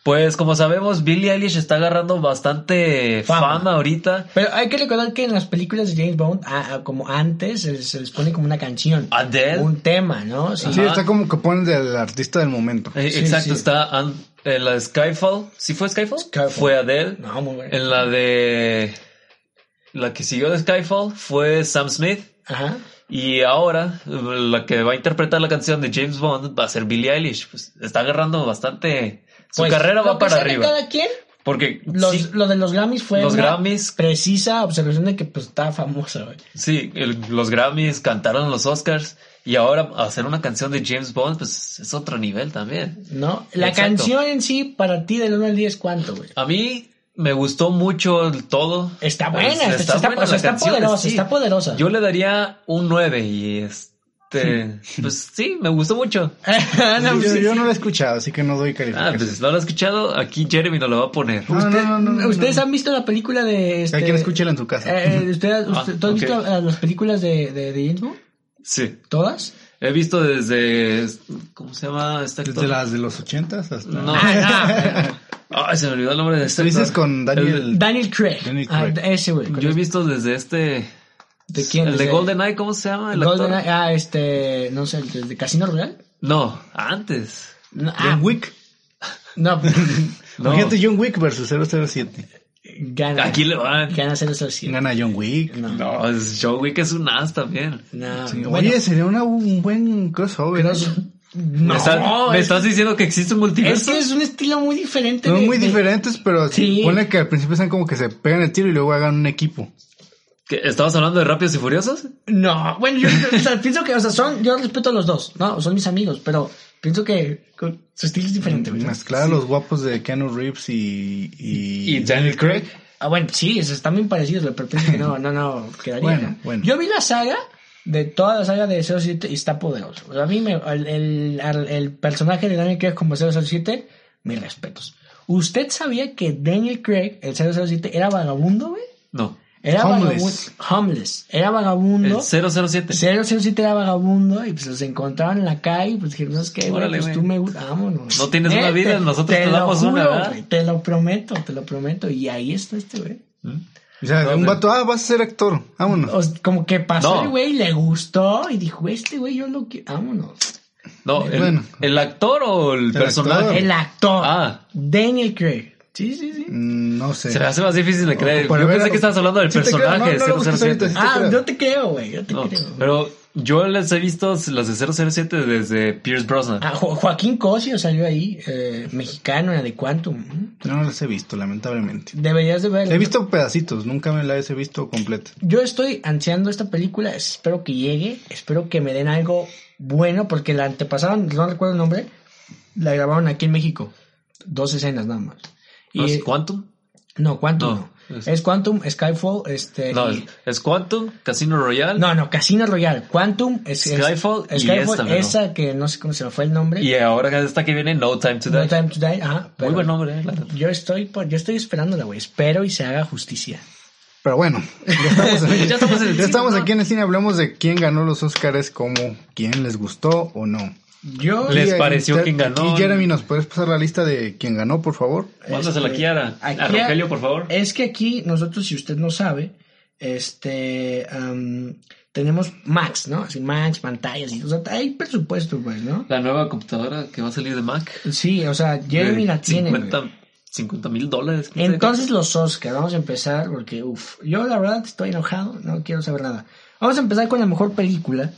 pues como sabemos, Billie Eilish está agarrando bastante
Fama.
fama, ahorita.
[laughs] Pero hay que recordar que en las películas de James Bond, ah, ah, como antes, se, se les pone como una canción.
Adele.
Un tema, ¿no? Sí.
Sí,
Ajá.
está como que ponen del artista del momento.
Eh,
Sí,
exacto,
sí.
está an- en la de Skyfall. ¿Sí fue Skyfall?
Skyfall.
Fue Adele.
No, muy bueno.
En la de... La que siguió de Skyfall fue Sam Smith.
Ajá.
Y ahora eh, la que va a interpretar la canción de James Bond va a ser Billie Eilish. Pues, está agarrando bastante... Su
Pues,
carrera
lo
va
que
para
sea de
arriba.
Cada quien,
Porque
los,
sí,
lo de los Grammys fue
Los
una
Grammys.
precisa observación de que pues está famosa, güey.
sí, el- los Grammys cantaron los Oscars. Y ahora hacer una canción de James Bond, pues es otro nivel también.
¿No? La
Exacto.
canción en sí, para ti, del 1 al 10, ¿cuánto, güey?
A mí me gustó mucho el todo.
Está buena, está, está,
buena
o sea,
la
está
canción,
poderosa,
sí.
está poderosa.
Yo le daría un 9 y este... pues sí, me gustó mucho.
[laughs] No,
yo,
sí,
yo
sí.
no lo he escuchado, así que no doy
Ah,
calificación.
pues no lo he escuchado, aquí Jeremy no lo va a poner.
pues,
no, no, no, no, no,
¿Ustedes
no.
han visto la película de... Este,
Cada quien escúchela en su casa.
eh, ¿ustedes,
Ah,
usted- ¿Tú has
ok.
visto eh, las películas de, de, de James Bond?
Sí,
¿Todas?
he visto desde... ¿Cómo se llama este actor?
Desde las de los ochentas hasta...
No. Ah, se me olvidó el nombre de este
Tú dices
actor.
con [laughs] Daniel...
Daniel Craig.
Daniel
Ah,
Craig.
ese, güey.
El-
con
yo he
este-
visto desde este...
¿De quién?
El de
Desde-
GoldenEye, ¿cómo se llama el actor?
GoldenEye, Ah, este... No sé, el de Casino Royale.
No, antes.
No,
John
ah,
Wick.
no. [laughs]
No.
Fíjate, John Wick versus 007.
gana.
Aquí le van.
Gana 007.
Gana John Wick.
No.
No, es Joe Wick es un as también.
No,
Sí,
bueno,
Oye, sería una- un buen crossover. ¿eh?
Cross- No,
¿Me, estás- me
es-
estás diciendo que existe un
es
multiverso?
que es un estilo muy diferente.
No
de-
muy
de-
diferentes, pero
Sí.
pone que al principio sean como que se pegan el tiro y luego hagan un equipo.
¿Que ¿Estabas hablando de Rápidos y Furiosos?
No, bueno,
[laughs]
yo o sea, pienso que, o sea, son, yo respeto a los dos, ¿no? Son mis amigos, pero pienso que con- su estilo es diferente, güey.
Mm, Mezclar a los guapos de Keanu Reeves y... Y,
Y Daniel Craig.
Ah, bueno, sí, es- están bien parecidos, güey, pero pienso que
[laughs]
no, no, no, quedaría.
Bueno,
¿no?
bueno.
Yo vi la saga de toda la saga de 007 y está poderoso. O sea, a mí me, el, el, al- el personaje de Daniel Craig como 007, mis respetos. ¿Usted sabía que Daniel Craig, el 007, era vagabundo, güey?
No.
Era
Homeless.
vagabundo. Homeless. Era vagabundo.
El 007.
007 era vagabundo y pues los encontraban en la calle y pues dijeron, ¿sabes qué, güey?
Órale,
Pues
güey.
tú me gustas, vámonos.
No tienes una vida, nosotros te
lo
damos una, ¿verdad?
güey, te lo prometo, te lo prometo. Y ahí está este güey.
O sea,
No,
un
pero- Oh.
vato, ah, vas a ser actor, vámonos.
O sea, como que pasó
No.
el güey, le gustó y dijo, este güey yo lo quiero,
[laughs]
vámonos.
No, el,
Bueno.
el actor o el, personaje.
actor.
El actor,
Ah.
Daniel Craig. Sí, sí, sí.
Mm, no sé.
Se me hace más difícil de creer.
para
yo
ver
pensé
a-
que estabas hablando del
Sí te creo,
personaje
no, no lo busques
007.
ahorita, sí.
ah,
creo.
yo te creo, güey, yo te
No,
creo.
pero yo les he visto las de 007 desde Pierce Brosnan.
Ah, Jo- Joaquín Cosio salió ahí, eh, mexicano, era de Quantum.
No las he visto, lamentablemente.
Deberías de verlo.
He visto pedacitos, nunca me las he visto completa.
Yo estoy ansiando esta película, espero que llegue, espero que me den algo bueno, porque la antepasada, no recuerdo el nombre, la grabaron aquí en México. Dos escenas nada más. Y,
¿No es Quantum?
no, Quantum
No,
no.
es-
Es, Quantum, Skyfall, este...
No,
y-
es, es Quantum, Casino Royale.
no, no, Casino Royale, Quantum, es, es-
Skyfall y esta, ¿no?
esa que no sé cómo se me fue el nombre.
Y ahora esta que viene, No Time to Die.
eh, No Time to Die, ajá. pero
Muy buen nombre, eh, la neta.
Yo estoy, por- yo estoy esperándola, güey. Espero y se haga justicia.
Pero bueno, ya
[laughs]
estamos, en-
Ya estamos en el
ya estamos
cine, ¿no?
aquí en el cine, hablamos de quién ganó los Oscars, cómo, quién les gustó o no.
Yo...
Le- ¿Les
Y, eh,
pareció
Ter-
quién ganó?
Y Jeremy, ¿nos puedes pasar la lista de quién ganó, por favor?
Mándasela
Este,
aquí a, a
aquí eh,
Rogelio, por favor.
Es que aquí nosotros, si usted no sabe, este, am, tenemos Max, ¿no? Así Max, pantallas y o sea, hay presupuesto, pues, ¿no?
La nueva computadora que va a salir de Mac.
Sí, o sea, Jeremy
De
la tiene. güey.
50 50 mil dólares. no sé.
Entonces los Oscars, vamos a empezar porque, uff, yo la verdad estoy enojado, no quiero saber nada. Vamos a empezar con la mejor película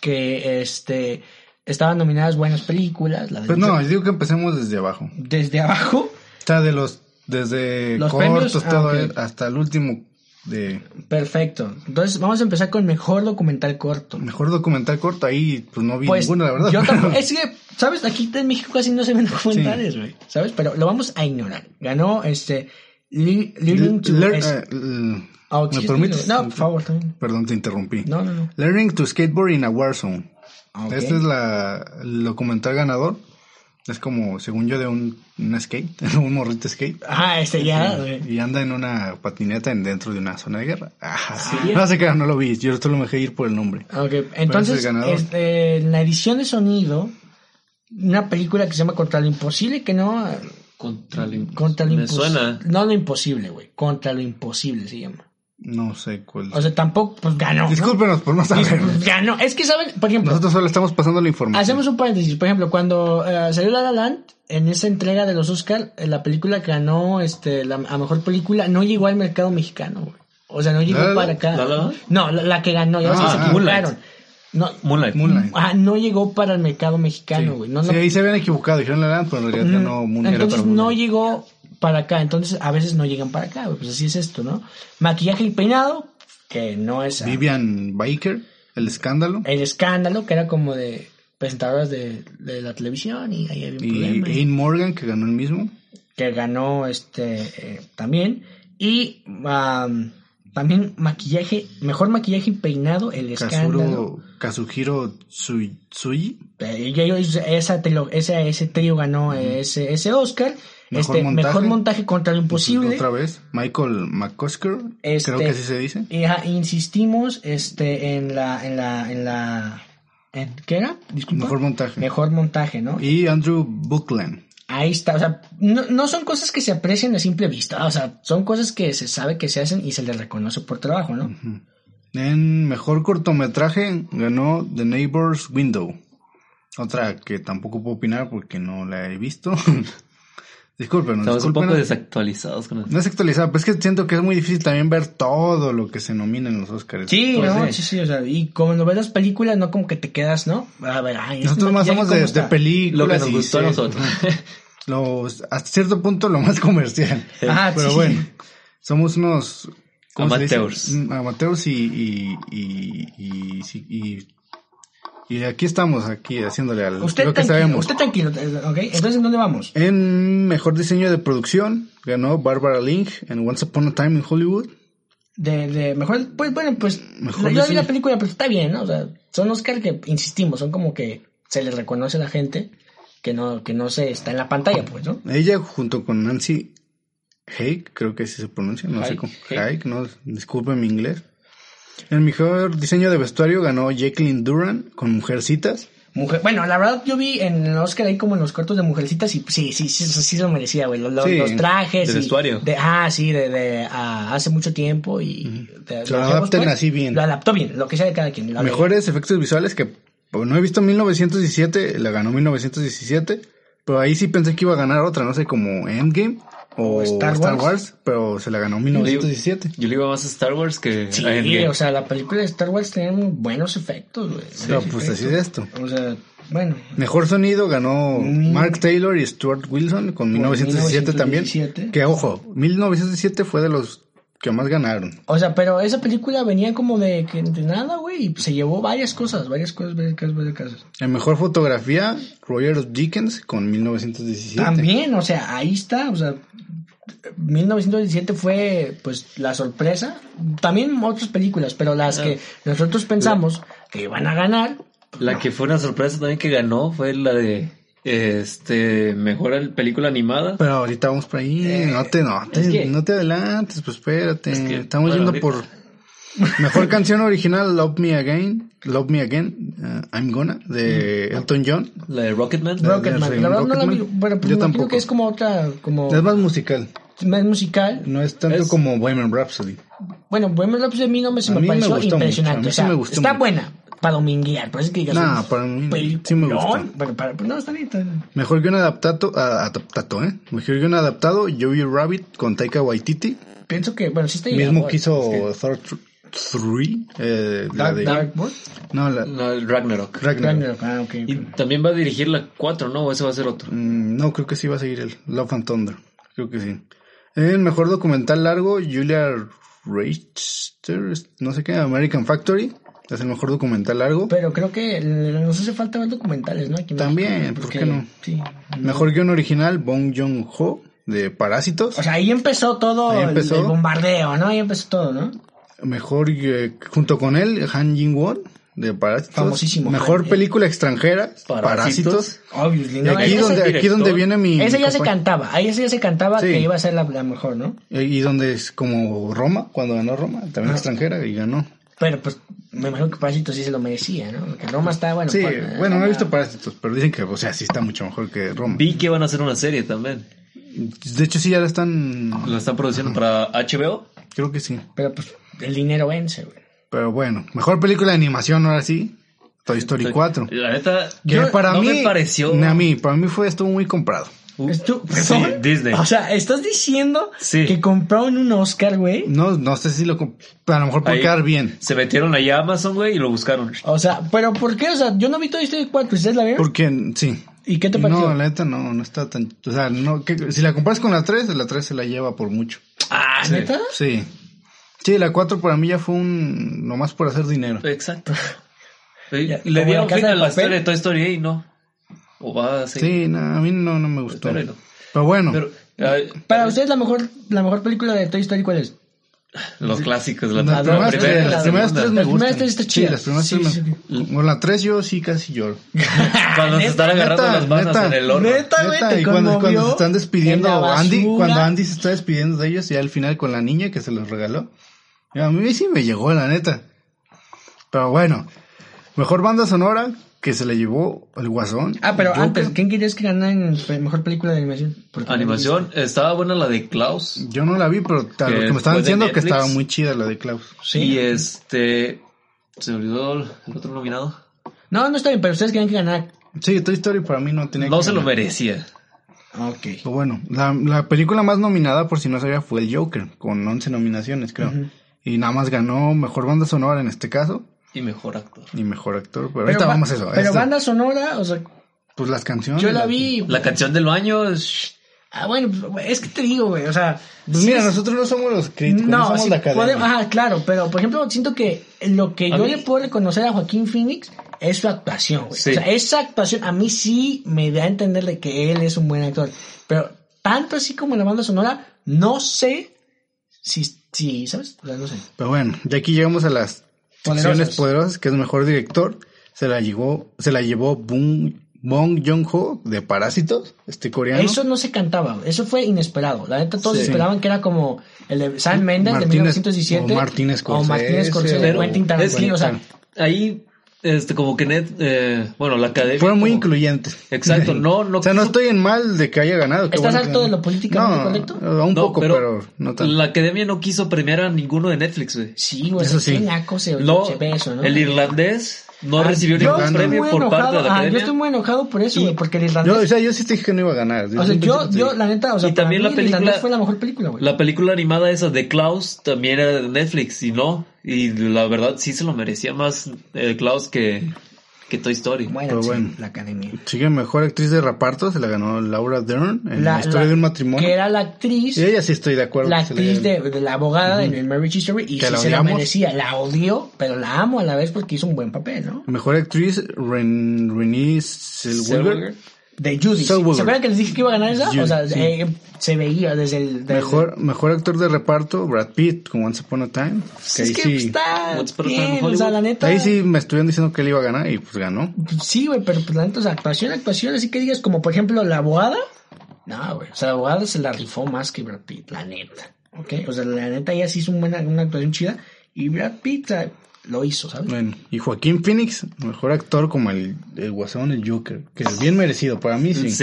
que, este, estaban nominadas buenas películas. La de
Pues no, yo digo que empecemos desde abajo.
Desde abajo,
O sea, de los, desde
Los
cortos,
premios, ah,
todo,
ok.
eh, hasta el último de
perfecto. Entonces vamos a empezar con mejor documental corto.
mejor documental corto, ahí pues no vi
Pues,
ninguno, la verdad.
Yo
pero- [laughs]
tampoco- es que, ¿sabes? Aquí en México casi no se ven documentales, güey. ¿Sabes? Pero lo vamos a ignorar. Ganó este. Li- Living to.
Lear-
es-
eh, l-
oh,
¿Me
excuse
permites?
me, No, por favor, también.
Perdón, te interrumpí.
No, no, no.
Learning to Skateboard in a Warzone.
Ah, ok.
Este es la, el documental ganador. Es como, según yo, de un, un skate, [laughs] un morrito skate.
Ajá, este ya, güey.
Y anda en una patineta en- dentro de una zona de guerra. Ah,
Sí.
No sé qué, no lo vi. Yo solo me dejé ir por el nombre.
Ah, Ok, entonces,
ganador.
este, en la edición de sonido, una película que se llama Contra lo Imposible, que no. eh,
Contra lo
Contra lo
Me
Imposible.
suena.
No lo imposible, güey. Contra lo Imposible se llama.
No sé cuál.
O sea, tampoco, pues ganó. ¿no? Pues,
Discúlpenos por no saber.
Ganó. Es que, ¿saben? Por ejemplo.
Nosotros solo estamos pasando la información.
Hacemos un paréntesis, por ejemplo, cuando eh, salió La La Land, en esa entrega de los Oscar, eh, la película que ganó este, la, a mejor película no llegó al mercado mexicano, güey. O sea, no llegó
La La
para
Land.
acá.
¿La La Land?
No, la, la que ganó, ya ves que
Ah,
se
ah.
equivocaron. No,
Moonlight.
Moonlight.
ah, no llegó para el mercado
Sí.
mexicano, güey. No, no-
Sí, ahí se habían equivocado. Dijeron la land, pero en realidad ganó Moonlight.
entonces
Era para
no
Moonlight.
llegó para acá, entonces a veces no llegan para acá, güey. Pues así es esto, ¿no? Maquillaje y peinado, que no es... ah,
Vivian Baker, el escándalo.
El escándalo, que era como de presentadoras de, de la televisión y ahí había un
Y
problema. eh.
Ian Morgan, que ganó el mismo.
que ganó este eh, también y am, también maquillaje mejor maquillaje y peinado el escándalo
Kazuro, Kazuhiro Tsui- Tsuji.
Eh, y ellos- esa telo- esa- ese trío ganó eh, ese ese Oscar
Mejor
este
montaje. pues,
mejor montaje contra lo imposible
Otra vez. Michael McCosker.
Este-
Creo que así se dice.
Y, ajá, insistimos este en la en la en la en- qué era disculpa
Mejor montaje.
Mejor montaje, no
Y Andrew Buckland.
Ahí está, o sea, no, no son cosas que se aprecian a simple vista, o sea, son cosas que se sabe que se hacen y se les reconoce por trabajo, ¿no?
En mejor cortometraje ganó The Neighbor's Window. Otra que tampoco puedo opinar porque no la he visto. [laughs] disculpen,
Estamos un poco
disculpen.
desactualizados con
No es actualizada, pero es que siento que es muy difícil también ver todo lo que se nomina en los Oscars.
Sí,
Pues
no,
sí.
sí, sí, o sea, y cuando ves las películas, no como que te quedas, ¿no? A ver, ay, este
Nosotros más
maquillaje,
somos
¿cómo
de, de
está?
películas.
Lo que nos
y
gustó a
series.
nosotros.
[laughs] Los, hasta cierto punto lo más [laughs] comercial.
Ah,
pero
sí.
bueno, somos unos se dice?
Amateurs.
Mm, Amateurs y y, y, y, sí, y- y aquí estamos, aquí haciéndole al,
Usted
lo que
tranquilo,
sabemos.
usted tranquilo, eh, ¿ok? Entonces, ¿en dónde vamos?
En mejor diseño de producción ganó Barbara Link en Once Upon a Time in Hollywood.
De, de mejor, pues, bueno, pues,
Mejor
yo vi
diseño.
la película, pero está bien, ¿no? O sea, son Oscar que, insistimos, son como que se les reconoce a la gente que no, que no se está en la pantalla, pues, ¿no?
Ella junto con Nancy Hake, creo que así se pronuncia, no sé
Hake,
cómo.
Hake.
Hake, no, disculpe mi inglés. El mejor diseño de vestuario ganó Jacqueline Duran con Mujercitas.
Mujer, bueno, la verdad yo vi en el Oscar ahí como en los cortos de Mujercitas y sí, sí, sí, sí, sí lo merecía, güey. Los, los-
Sí,
los trajes.
de
y-
vestuario.
de- ah, sí, de, de, ah, hace mucho tiempo y... de-
Se lo
dejemos,
adapten
pues,
así bien.
Lo adaptó bien, lo que sea de cada quien. lo-
Mejores efectos visuales que pues, no he visto 1917, la ganó 1917, pero ahí sí pensé que iba a ganar otra, no sé, como Endgame o,
O
Star,
Star
Wars.
Wars.
pero se la ganó 1917.
Yo le iba más a Star Wars que
Sí,
a Endgame.
o sea, la película de Star Wars tenía muy buenos efectos, güey.
Pero pues así de esto.
O sea, bueno.
Mejor sonido ganó
Mm.
Mark Taylor y Stuart Wilson con 1917 también.
1917.
Que ojo, 1917 fue de los que más ganaron.
O sea, pero esa película venía como de, que- de nada, güey, y se llevó varias cosas, varias cosas, varias cosas, varias cosas.
En mejor fotografía, Roger Dickens con 1917.
También, o sea, ahí está, o sea, 1917 fue, pues, la sorpresa. También otras películas, pero
Ah.
las que nosotros pensamos que iban a ganar,
La que fue una sorpresa también que ganó fue la de este mejor al- película animada.
Pero ahorita vamos por ahí. no, te, no, te,
Eh, es que-
no te adelantes, pues espérate.
Es que,
Estamos
bueno,
yendo por. Mejor canción original, Love Me Again. Love Me Again, uh, I'm Gonna, de
Mm.
Elton John.
La de Rocketman.
No.
Rocketman, la verdad no la vi,
Rocketman.
bueno, pues
Yo
me
tampoco.
imagino que es como otra, como,
Es más musical.
más musical,
No es tanto
Es-
como Bohemian Rhapsody.
Bueno, Bohemian Rhapsody a mí no me, se
A
me
mí me
pareció
gustó mucho,
impresionante.
a mí
o
sí
sea,
me gustó
está
mucho.
buena para dominguear, pero es que digas.
Nah,
un
para mí sí me gustó.
peliculón, Pero para, pero no, está bien. está bien.
Mejor guión adaptado, ah, adaptado, ¿eh? Mejor guión adaptado, Joey Rabbit con Taika Waititi.
Pienso que, bueno, sí está
mismo
llegando,
que hizo
es
Thor 3, eh,
que-
la
Dark,
de...
Dark World.
No, la...
La de Ragnarok.
Ragnarok.
Ragnarok, ah, ok,
Y
ok.
también va a dirigir la 4, ¿no? O ese va a ser otro.
Mm, no, creo que sí va a seguir el Love and Thunder. Creo que sí. El mejor documental largo, Julia Reichster, no sé qué, American Factory. Es el mejor documental largo.
Pero creo que eh, nos hace falta ver documentales, ¿no? Aquí en
También,
México,
¿por
porque-
qué no?
Sí.
Mejor guión original, Bong Joon-ho, de Parásitos.
O sea, ahí empezó todo
Ahí
el-
empezó.
El, bombardeo, ¿no? Ahí empezó todo, ¿no?
Mejor, eh, junto con él, Han Jin-won, de Parásitos.
Famosísimo,
Mejor
Han, eh.
película extranjera, Parásitos.
Parásitos.
Obviously,
Y
¿no?
aquí,
ese
Esa-
donde,
director-
aquí donde viene mi...
esa ya se
compañ-
cantaba, ahí esa ya se cantaba
Sí.
que iba a ser la, la mejor, ¿no?
Y donde es como Roma, cuando ganó Roma, también extranjera y ganó.
Pero pues me imagino que Parásito sí se lo merecía, ¿no? Porque Roma está, bueno.
Sí,
por-
bueno, no he
ah,
visto Parásitos, pero dicen que, o sea, sí está mucho mejor que Roma.
Vi que van a hacer una serie también.
De hecho, sí, ya la están.
La están produciendo para HBO.
Creo que sí.
Pero pues el dinero vence, güey.
Pero bueno, mejor película de animación, ahora sí. Toy Story 4.
La neta,
Que
yo-
para
no
mí.
me pareció.
ni A mí, para mí fue, estuvo muy comprado.
Uh,
¿Es tu-
sí,
¿Perdón?
Disney.
Ah.
O sea, ¿estás diciendo
Sí.
que compraron un Oscar, güey?
No, no sé si lo. comp- A lo mejor por
Ahí.
quedar bien.
Se metieron allá a Amazon, güey, y lo buscaron.
O sea, ¿pero por qué? O sea, yo no vi Toy Story 4, ¿ustedes la vieron?
Porque, sí.
¿Y qué te pareció?
No, la neta no, no está tan. O sea, no, que- si la comparas con la 3, la 3 se la lleva por mucho.
ah,
Sí.
¿neta?
Sí. Sí, la 4 para mí ya fue un. nomás por hacer dinero.
Exacto.
Ya, como
Le
la
dieron
Casa
fin
de
a la
Papel.
historia de Toy Story y no. O va a seguir.
Sí, no, a mí no, no me gustó.
Espéralo.
Pero bueno,
Pues Pero, ay,
Para ustedes la mejor, la mejor película de Toy Story, ¿cuál es?
los clásicos, la,
las
la
primeras,
primera,
tres,
la
eh, las
segunda.
primeras tres me
Las primeras
gustan.
tres está
sí,
chida.
las primeras
Sí,
tres
sí,
me... Con la tres yo sí casi lloro.
Cuando
Ah,
se están agarrando
Neta,
las manos
neta.
en el horno.
Neta, güey,
Neta,
te
y cuando,
conmovió
cuando se están despidiendo,
en la
Andy,
basura.
cuando Andy se está despidiendo de ellos y al final con la niña que se los regaló. Y A mí sí me llegó, la neta. Pero bueno, mejor banda sonora que se le llevó el guasón.
Ah, pero
Joker.
antes, ¿quién querías que ganara en pe- mejor película de animación? Porque
Animación, estaba buena la de Klaus.
Yo no la vi, pero a lo
Que
que me estaban
fue de
diciendo que
Netflix.
estaba muy chida la de Klaus.
Sí.
Y este. Se me olvidó el el otro nominado.
No, no está bien, pero ustedes querían que ganara.
Sí, Toy Story para mí no tenía
No
que
se lo
ganar.
merecía.
Ok.
Pero Bueno, la, la película más nominada, por si no sabía, fue El Joker, con 11 nominaciones, creo. Y nada más ganó Mejor Banda Sonora en este caso
Y mejor actor.
y Mejor Actor. Pero, ahorita
ba-
vamos a eso. este.
Pero
esta-
banda sonora, o sea,
Pues las canciones.
yo la
las-
vi.
La canción del baño. shh,
Ah, bueno, pues, güey, es que te digo, güey, o sea.
Pues
sí
mira,
es-
nosotros no somos los críticos, no,
No,
somos
sí,
la academia.
podemos- ajá, claro, pero por ejemplo, siento que lo que
A
yo
mí-
le puedo reconocer a Joaquín Phoenix es su actuación, güey.
Sí.
O sea, esa actuación a mí sí me da a entender de que él es un buen actor. Pero tanto así como la banda sonora, no sé si, si ¿sabes? O sea, no sé.
Pero bueno, ya aquí llegamos a las
Poderosas.
secciones poderosas, que es Mejor Director. Se la llevó, se la llevó Bong, Bong Joon-ho de Parásitos, este coreano.
Eso no se cantaba, eso fue inesperado. La neta, todos
Sí.
esperaban que era como el de San Mendes de
Martínez-
1917.
o Martínez
O Martin
Scorsese,
Scorsese,
pero
Quentin Tarantino, o
es que-
sea,
Ahí, este, como que net, eh, bueno, la academia.
Fueron muy
como-
incluyentes. [laughs]
Exacto, no- no
o sea, no
quiso-
estoy en mal de que haya ganado. qué
¿Estás
bueno que
harto de
ganó.
lo políticamente
no,
correcto?
Un
No,
poco, pero, no tanto.
La academia no quiso premiar a ninguno de Netflix, güey.
sí, güey,
Eso
eso sí.
sí.
se,
No,
se ve eso, ¿no?
el irlandés no
Ah,
recibió
yo
ningún
estoy
premio
muy
por parte de
enojado.
la
Ah, yo
academia.
estoy muy enojado por eso,
Y-
güey, porque el irlandés.
Yo, o sea, yo sí te dije que no iba a ganar.
o sea,
siempre
yo,
siempre te
yo,
dije.
la neta, o sea,
Y también
para
la
mí el irlandés
película-
fue la mejor película, güey.
La película animada esa de Klaus también era de Netflix y no. Y la verdad sí se lo merecía más eh, Klaus que, que Toy Story.
Muéranse,
Pues bueno.
la academia.
Sigue mejor actriz de reparto, se la ganó Laura Dern en la, historia de un matrimonio.
Que era la actriz.
Y ella sí estoy de acuerdo.
la
que se le
actriz
dieron.
de, de la abogada en el Marriage History y
¿Que
sí
la
se la
odiamos?
merecía. La odió, pero la amo a la vez porque hizo un buen papel, ¿no?
Mejor actriz, Ren, Renée Zellweger.
De Judy. ¿Se
Zellweger.
acuerdan que les dije que iba a ganar esa? o
Judy,
sea,
sí.
eh, se veía desde el... desde-
Mejor, mejor actor de reparto, Brad Pitt, con Once Upon a Time. Que ahí,
Pues es que
sí,
está
Once Upon a Time
bien,
in
o sea,
Hollywood.
la neta...
ahí sí me estuvieron diciendo que él iba a ganar y pues ganó.
Sí, güey, pero pues, la neta, o sea, actuación, actuación, así que digas como, por ejemplo, la abogada. No, güey, o sea, la abogada se la rifó más que Brad Pitt, la neta, ¿ok? O sea, la neta, ella sí hizo una, buena- una actuación chida y Brad Pitt o sea, lo hizo, ¿sabes?
Bueno, y Joaquín Phoenix, mejor actor como el, el Guasón, el Joker, que es bien merecido para mí, sí.
Sí.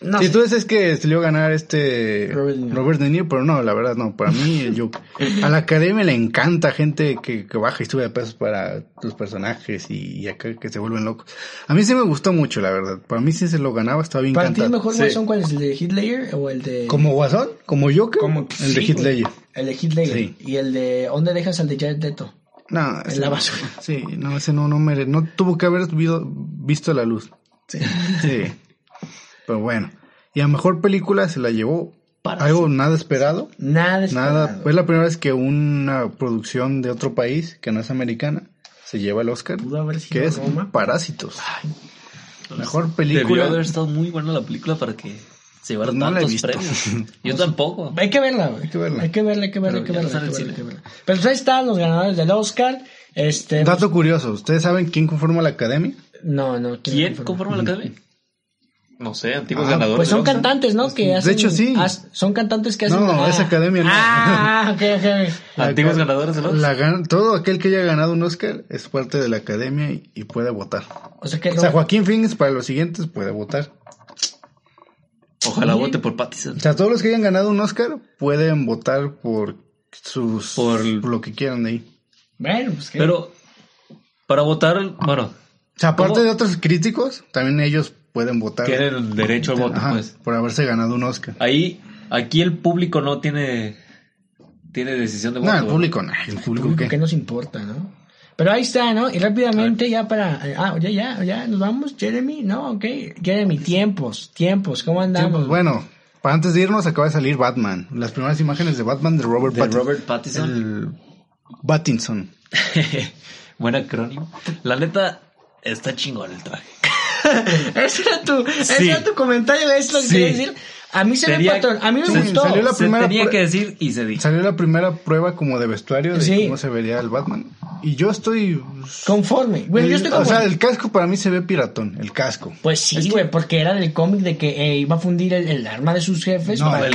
Si
No sé.
tú dices que se le iba a ganar este
Robert De Niro.
Robert De Niro, pero no, la verdad no, para mí el Joker. A la academia le encanta gente que, que baja y sube de pesos para tus personajes y, y acá que se vuelven locos. A mí sí me gustó mucho, la verdad. Para mí sí se lo ganaba, estaba bien
¿Para ti el
cantado.
mejor
Sí.
Guasón cuál es? ¿El de Hitler o el de...?
¿Como Guasón? ¿Como Joker?
Como-
el de
sí,
Heath
güey.
Ledger.
El de Hitler.
Sí.
Y el de... ¿Dónde dejas al de Jared Leto?
No,
En
ese
la
no.
basura.
[laughs] Sí, no, ese no, no mere- no tuvo que haber vido- visto la luz. Sí. Pero bueno. Y a mejor película se la llevó algo nada esperado.
Nada
Nada, pues,
esperado.
es la primera vez que una producción de otro país que no es americana se lleva el Oscar,
Pudo haber sido
que es
Roma.
Parásitos. Mejor
Debió
película.
haber estado muy buena la película para que se llevara
Pues no la he
tantos
visto. [laughs]
premios. Yo tampoco.
Hay que verla, güey.
Hay que verla.
Hay que verla, hay que verla, hay que
Pero ya
verla.
está en
hay que verla,
el
hay que verla. Pero pues ahí están los ganadores del Oscar. Este...
Dato curioso, ¿ustedes saben quién conforma la academia?
No, no.
¿Quién
confirma?
conforma la academia? No sé, antiguos
Ah,
ganadores.
Pues
del
son
Oscar.
cantantes, ¿no? Que hacen,
hecho, sí.
haz- son cantantes que hacen...
No, esa academia no.
Ah, ok, ok.
Antiguos ganadores del Oscar.
La gan- todo aquel que haya ganado un Oscar es parte de la academia y, y puede votar.
O sea que...
O sea, Joaquín Phoenix para los siguientes puede votar.
Ojalá
Sí.
vote por Pattinson.
O sea, todos los que hayan ganado un Oscar pueden votar por sus
Por-
lo que quieran de ahí.
Bueno, pues que...
Pero para votar, bueno,
O sea, aparte
¿Cómo?
de otros críticos, también ellos pueden votar
tiene el derecho al voto,
Ajá,
pues.
por haberse ganado un Oscar.
Ahí, aquí el público no tiene, tiene decisión Ah, de
No,
voto.
el
¿verdad?
público no. El público
público,
qué.
que nos importa, ¿no? Pero ahí está, ¿no? Y rápidamente ya para... Ah, ya, ya, ya, nos vamos, Jeremy, ¿no? Ok. Jeremy, tiempos, tiempos, ¿cómo andamos?
Tiempos. pues Bueno, para antes de irnos acaba de salir Batman. Las primeras imágenes de Batman de Robert
De
Pattinson.
Robert Pattinson.
El Pattinson.
Buen acrónimo. La neta, está chingón el traje.
[laughs] Ese era tu, ese
Sí.
era tu comentario, es lo que
Sí.
quería decir. A mí se me
Tenía-
patrón, a mí me
Sí,
gustó.
salió la-
Se
primera
tenía
pr-
que decir y se dijo.
Salió la primera prueba como de vestuario de
Sí.
cómo se vería el Batman. Y yo estoy...
Conforme. Bueno,
el-
yo estoy
o
conforme.
sea, el casco para mí se ve piratón, el casco.
pues sí, güey, porque era del cómic de que eh, iba a fundir el, el arma de sus jefes.
No,
para-
el
el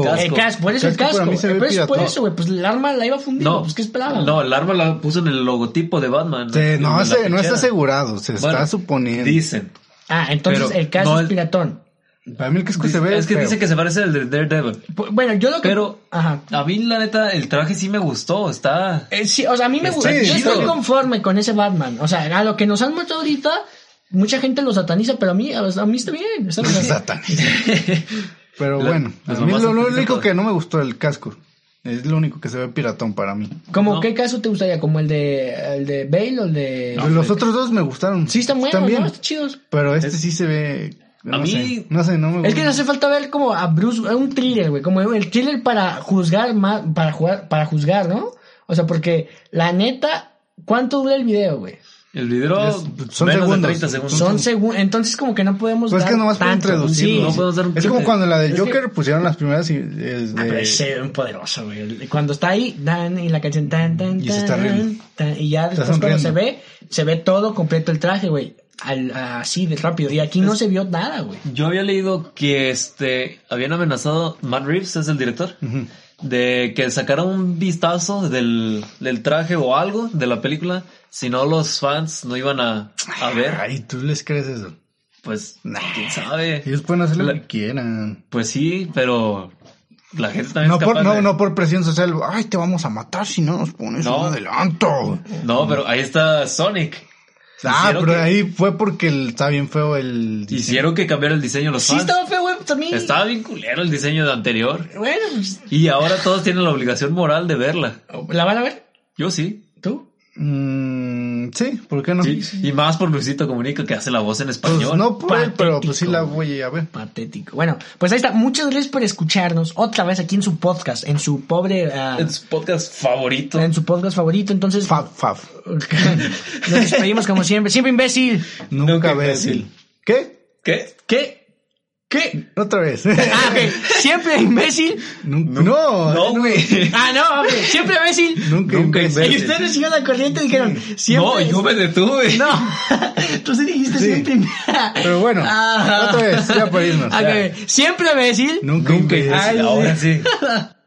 casco.
el casco.
el casco, por eso el
El casco
casco.
para mí se ve
Pero es por
piratón.
eso, güey, pues el arma la iba a fundir,
No,
pues ¿qué esperaban?
No, el arma la puso en el logotipo de Batman.
Se-
en
no,
la
se- no
pechera.
está asegurado, se
Bueno,
está suponiendo.
Dicen.
Ah, entonces
Pero
el casco
no
es
es-
piratón.
Para mí el casco
Dice-
Pues se ve
es que
feo.
dice que se parece al de Daredevil.
Pu- Bueno, yo lo que...
Pero-
Ajá.
A mí, la neta, el traje sí me gustó. Está.
Eh, sí, o sea, a mí me
Está
gusta. Yo
chido.
estoy conforme con ese Batman. O sea, a lo que nos han mostrado ahorita, mucha gente lo sataniza, pero a mí, a a mí está bien.
[laughs]
Está bien.
Satanás.
[laughs]
Pero
La-
bueno,
las
a mí
mamás
lo, lo
utilizan
único
todo.
que no me gustó el casco. Es lo único que se ve piratón para mí.
¿Cómo
No.
qué caso te gustaría? ¿Como el de, el de Bale o el de...?
Pero
pues,
los otros dos me gustaron.
Sí, están buenos, ¿no? Están chidos.
Pero este sí se ve... No
A
sé,
mí-
no sé, no me gusta.
Es que hace falta ver como a Bruce, eh, un thriller, güey, como el thriller para juzgar más, para jugar, para juzgar, ¿no? O sea, porque la neta, ¿cuánto dura el video, güey?
El video.
Es- son
menos de
segundos.
30 segundos.
Son segundos, entonces como que no podemos
Pues es
dar
que nomás pueden
tanto.
traducirlo.
No
Sí,
podemos dar un
es como
chiste.
cuando la del
Es que-
Joker pusieron las primeras y, es
Ah, pero
pues,
de-
ese era un poderoso, güey. Cuando está ahí, dan y la canción tan, tan,
Y se está
tan,
riendo.
tan, y ya después cuando se
sonriendo.
ve, se ve todo completo el traje, güey. al- así de rápido. Y aquí no se vio nada, güey.
Yo había leído que este habían amenazado Matt Reeves, es el director,
Ujú.
de que sacara un vistazo del, del traje o algo de la película, si no los fans no iban a, a ver.
Ay, ¿tú les crees eso?
Pues
Nah.
quién sabe.
Ellos pueden hacer lo
La-
que quieran.
Pues sí, pero la gente también
No
es
por,
capaz
no,
de-
no por presión social. Ay, te vamos a matar si no nos pones
No.
un adelanto.
No, pero ahí está Sonic.
Ah,
Hicieron
pero
que-
ahí fue porque el- está bien feo el...
Hicieron que cambiar el diseño los
Sí
fans.
estaba feo, güey, también.
Estaba bien culero el diseño de anterior.
Bueno, pues,
Y ahora todos tienen la obligación moral de verla.
¿la van a ver?
Yo sí.
¿Tú?
Mm, sí, ¿por qué no?
Sí, Y más por Luisito Comunica que hace la voz en
Pues,
español.
no por él, pero pues sí
patético.
la voy a ver.
Patético. Bueno, pues ahí está. Muchas gracias por escucharnos otra vez aquí en su podcast, en su pobre... ah,
Es su podcast favorito.
en su podcast favorito, entonces...
Fab, fab.
[laughs] Nos despedimos como siempre. Siempre imbécil.
Nunca,
Nunca
imbécil.
imbécil.
¿Qué?
¿Qué?
¿Qué? ¿Qué?
Otra
[laughs]
vez. [laughs]
Ah, ok. Siempre imbécil.
Nun- no,
No, güey.
Ah, no, ok. Siempre imbécil.
Nunca,
Nunca
imbécil.
Y ustedes siguió la corriente y dijeron, siempre.
No, yo me detuve.
No. [laughs] Tú sí dijiste
Sí.
siempre.
Pero bueno,
Ah.
otra vez, ya para
[laughs]
irnos.
Ok, Siempre imbécil.
Nunca,
Nunca
imbécil.
imbécil.
Ay,
Ahora sí.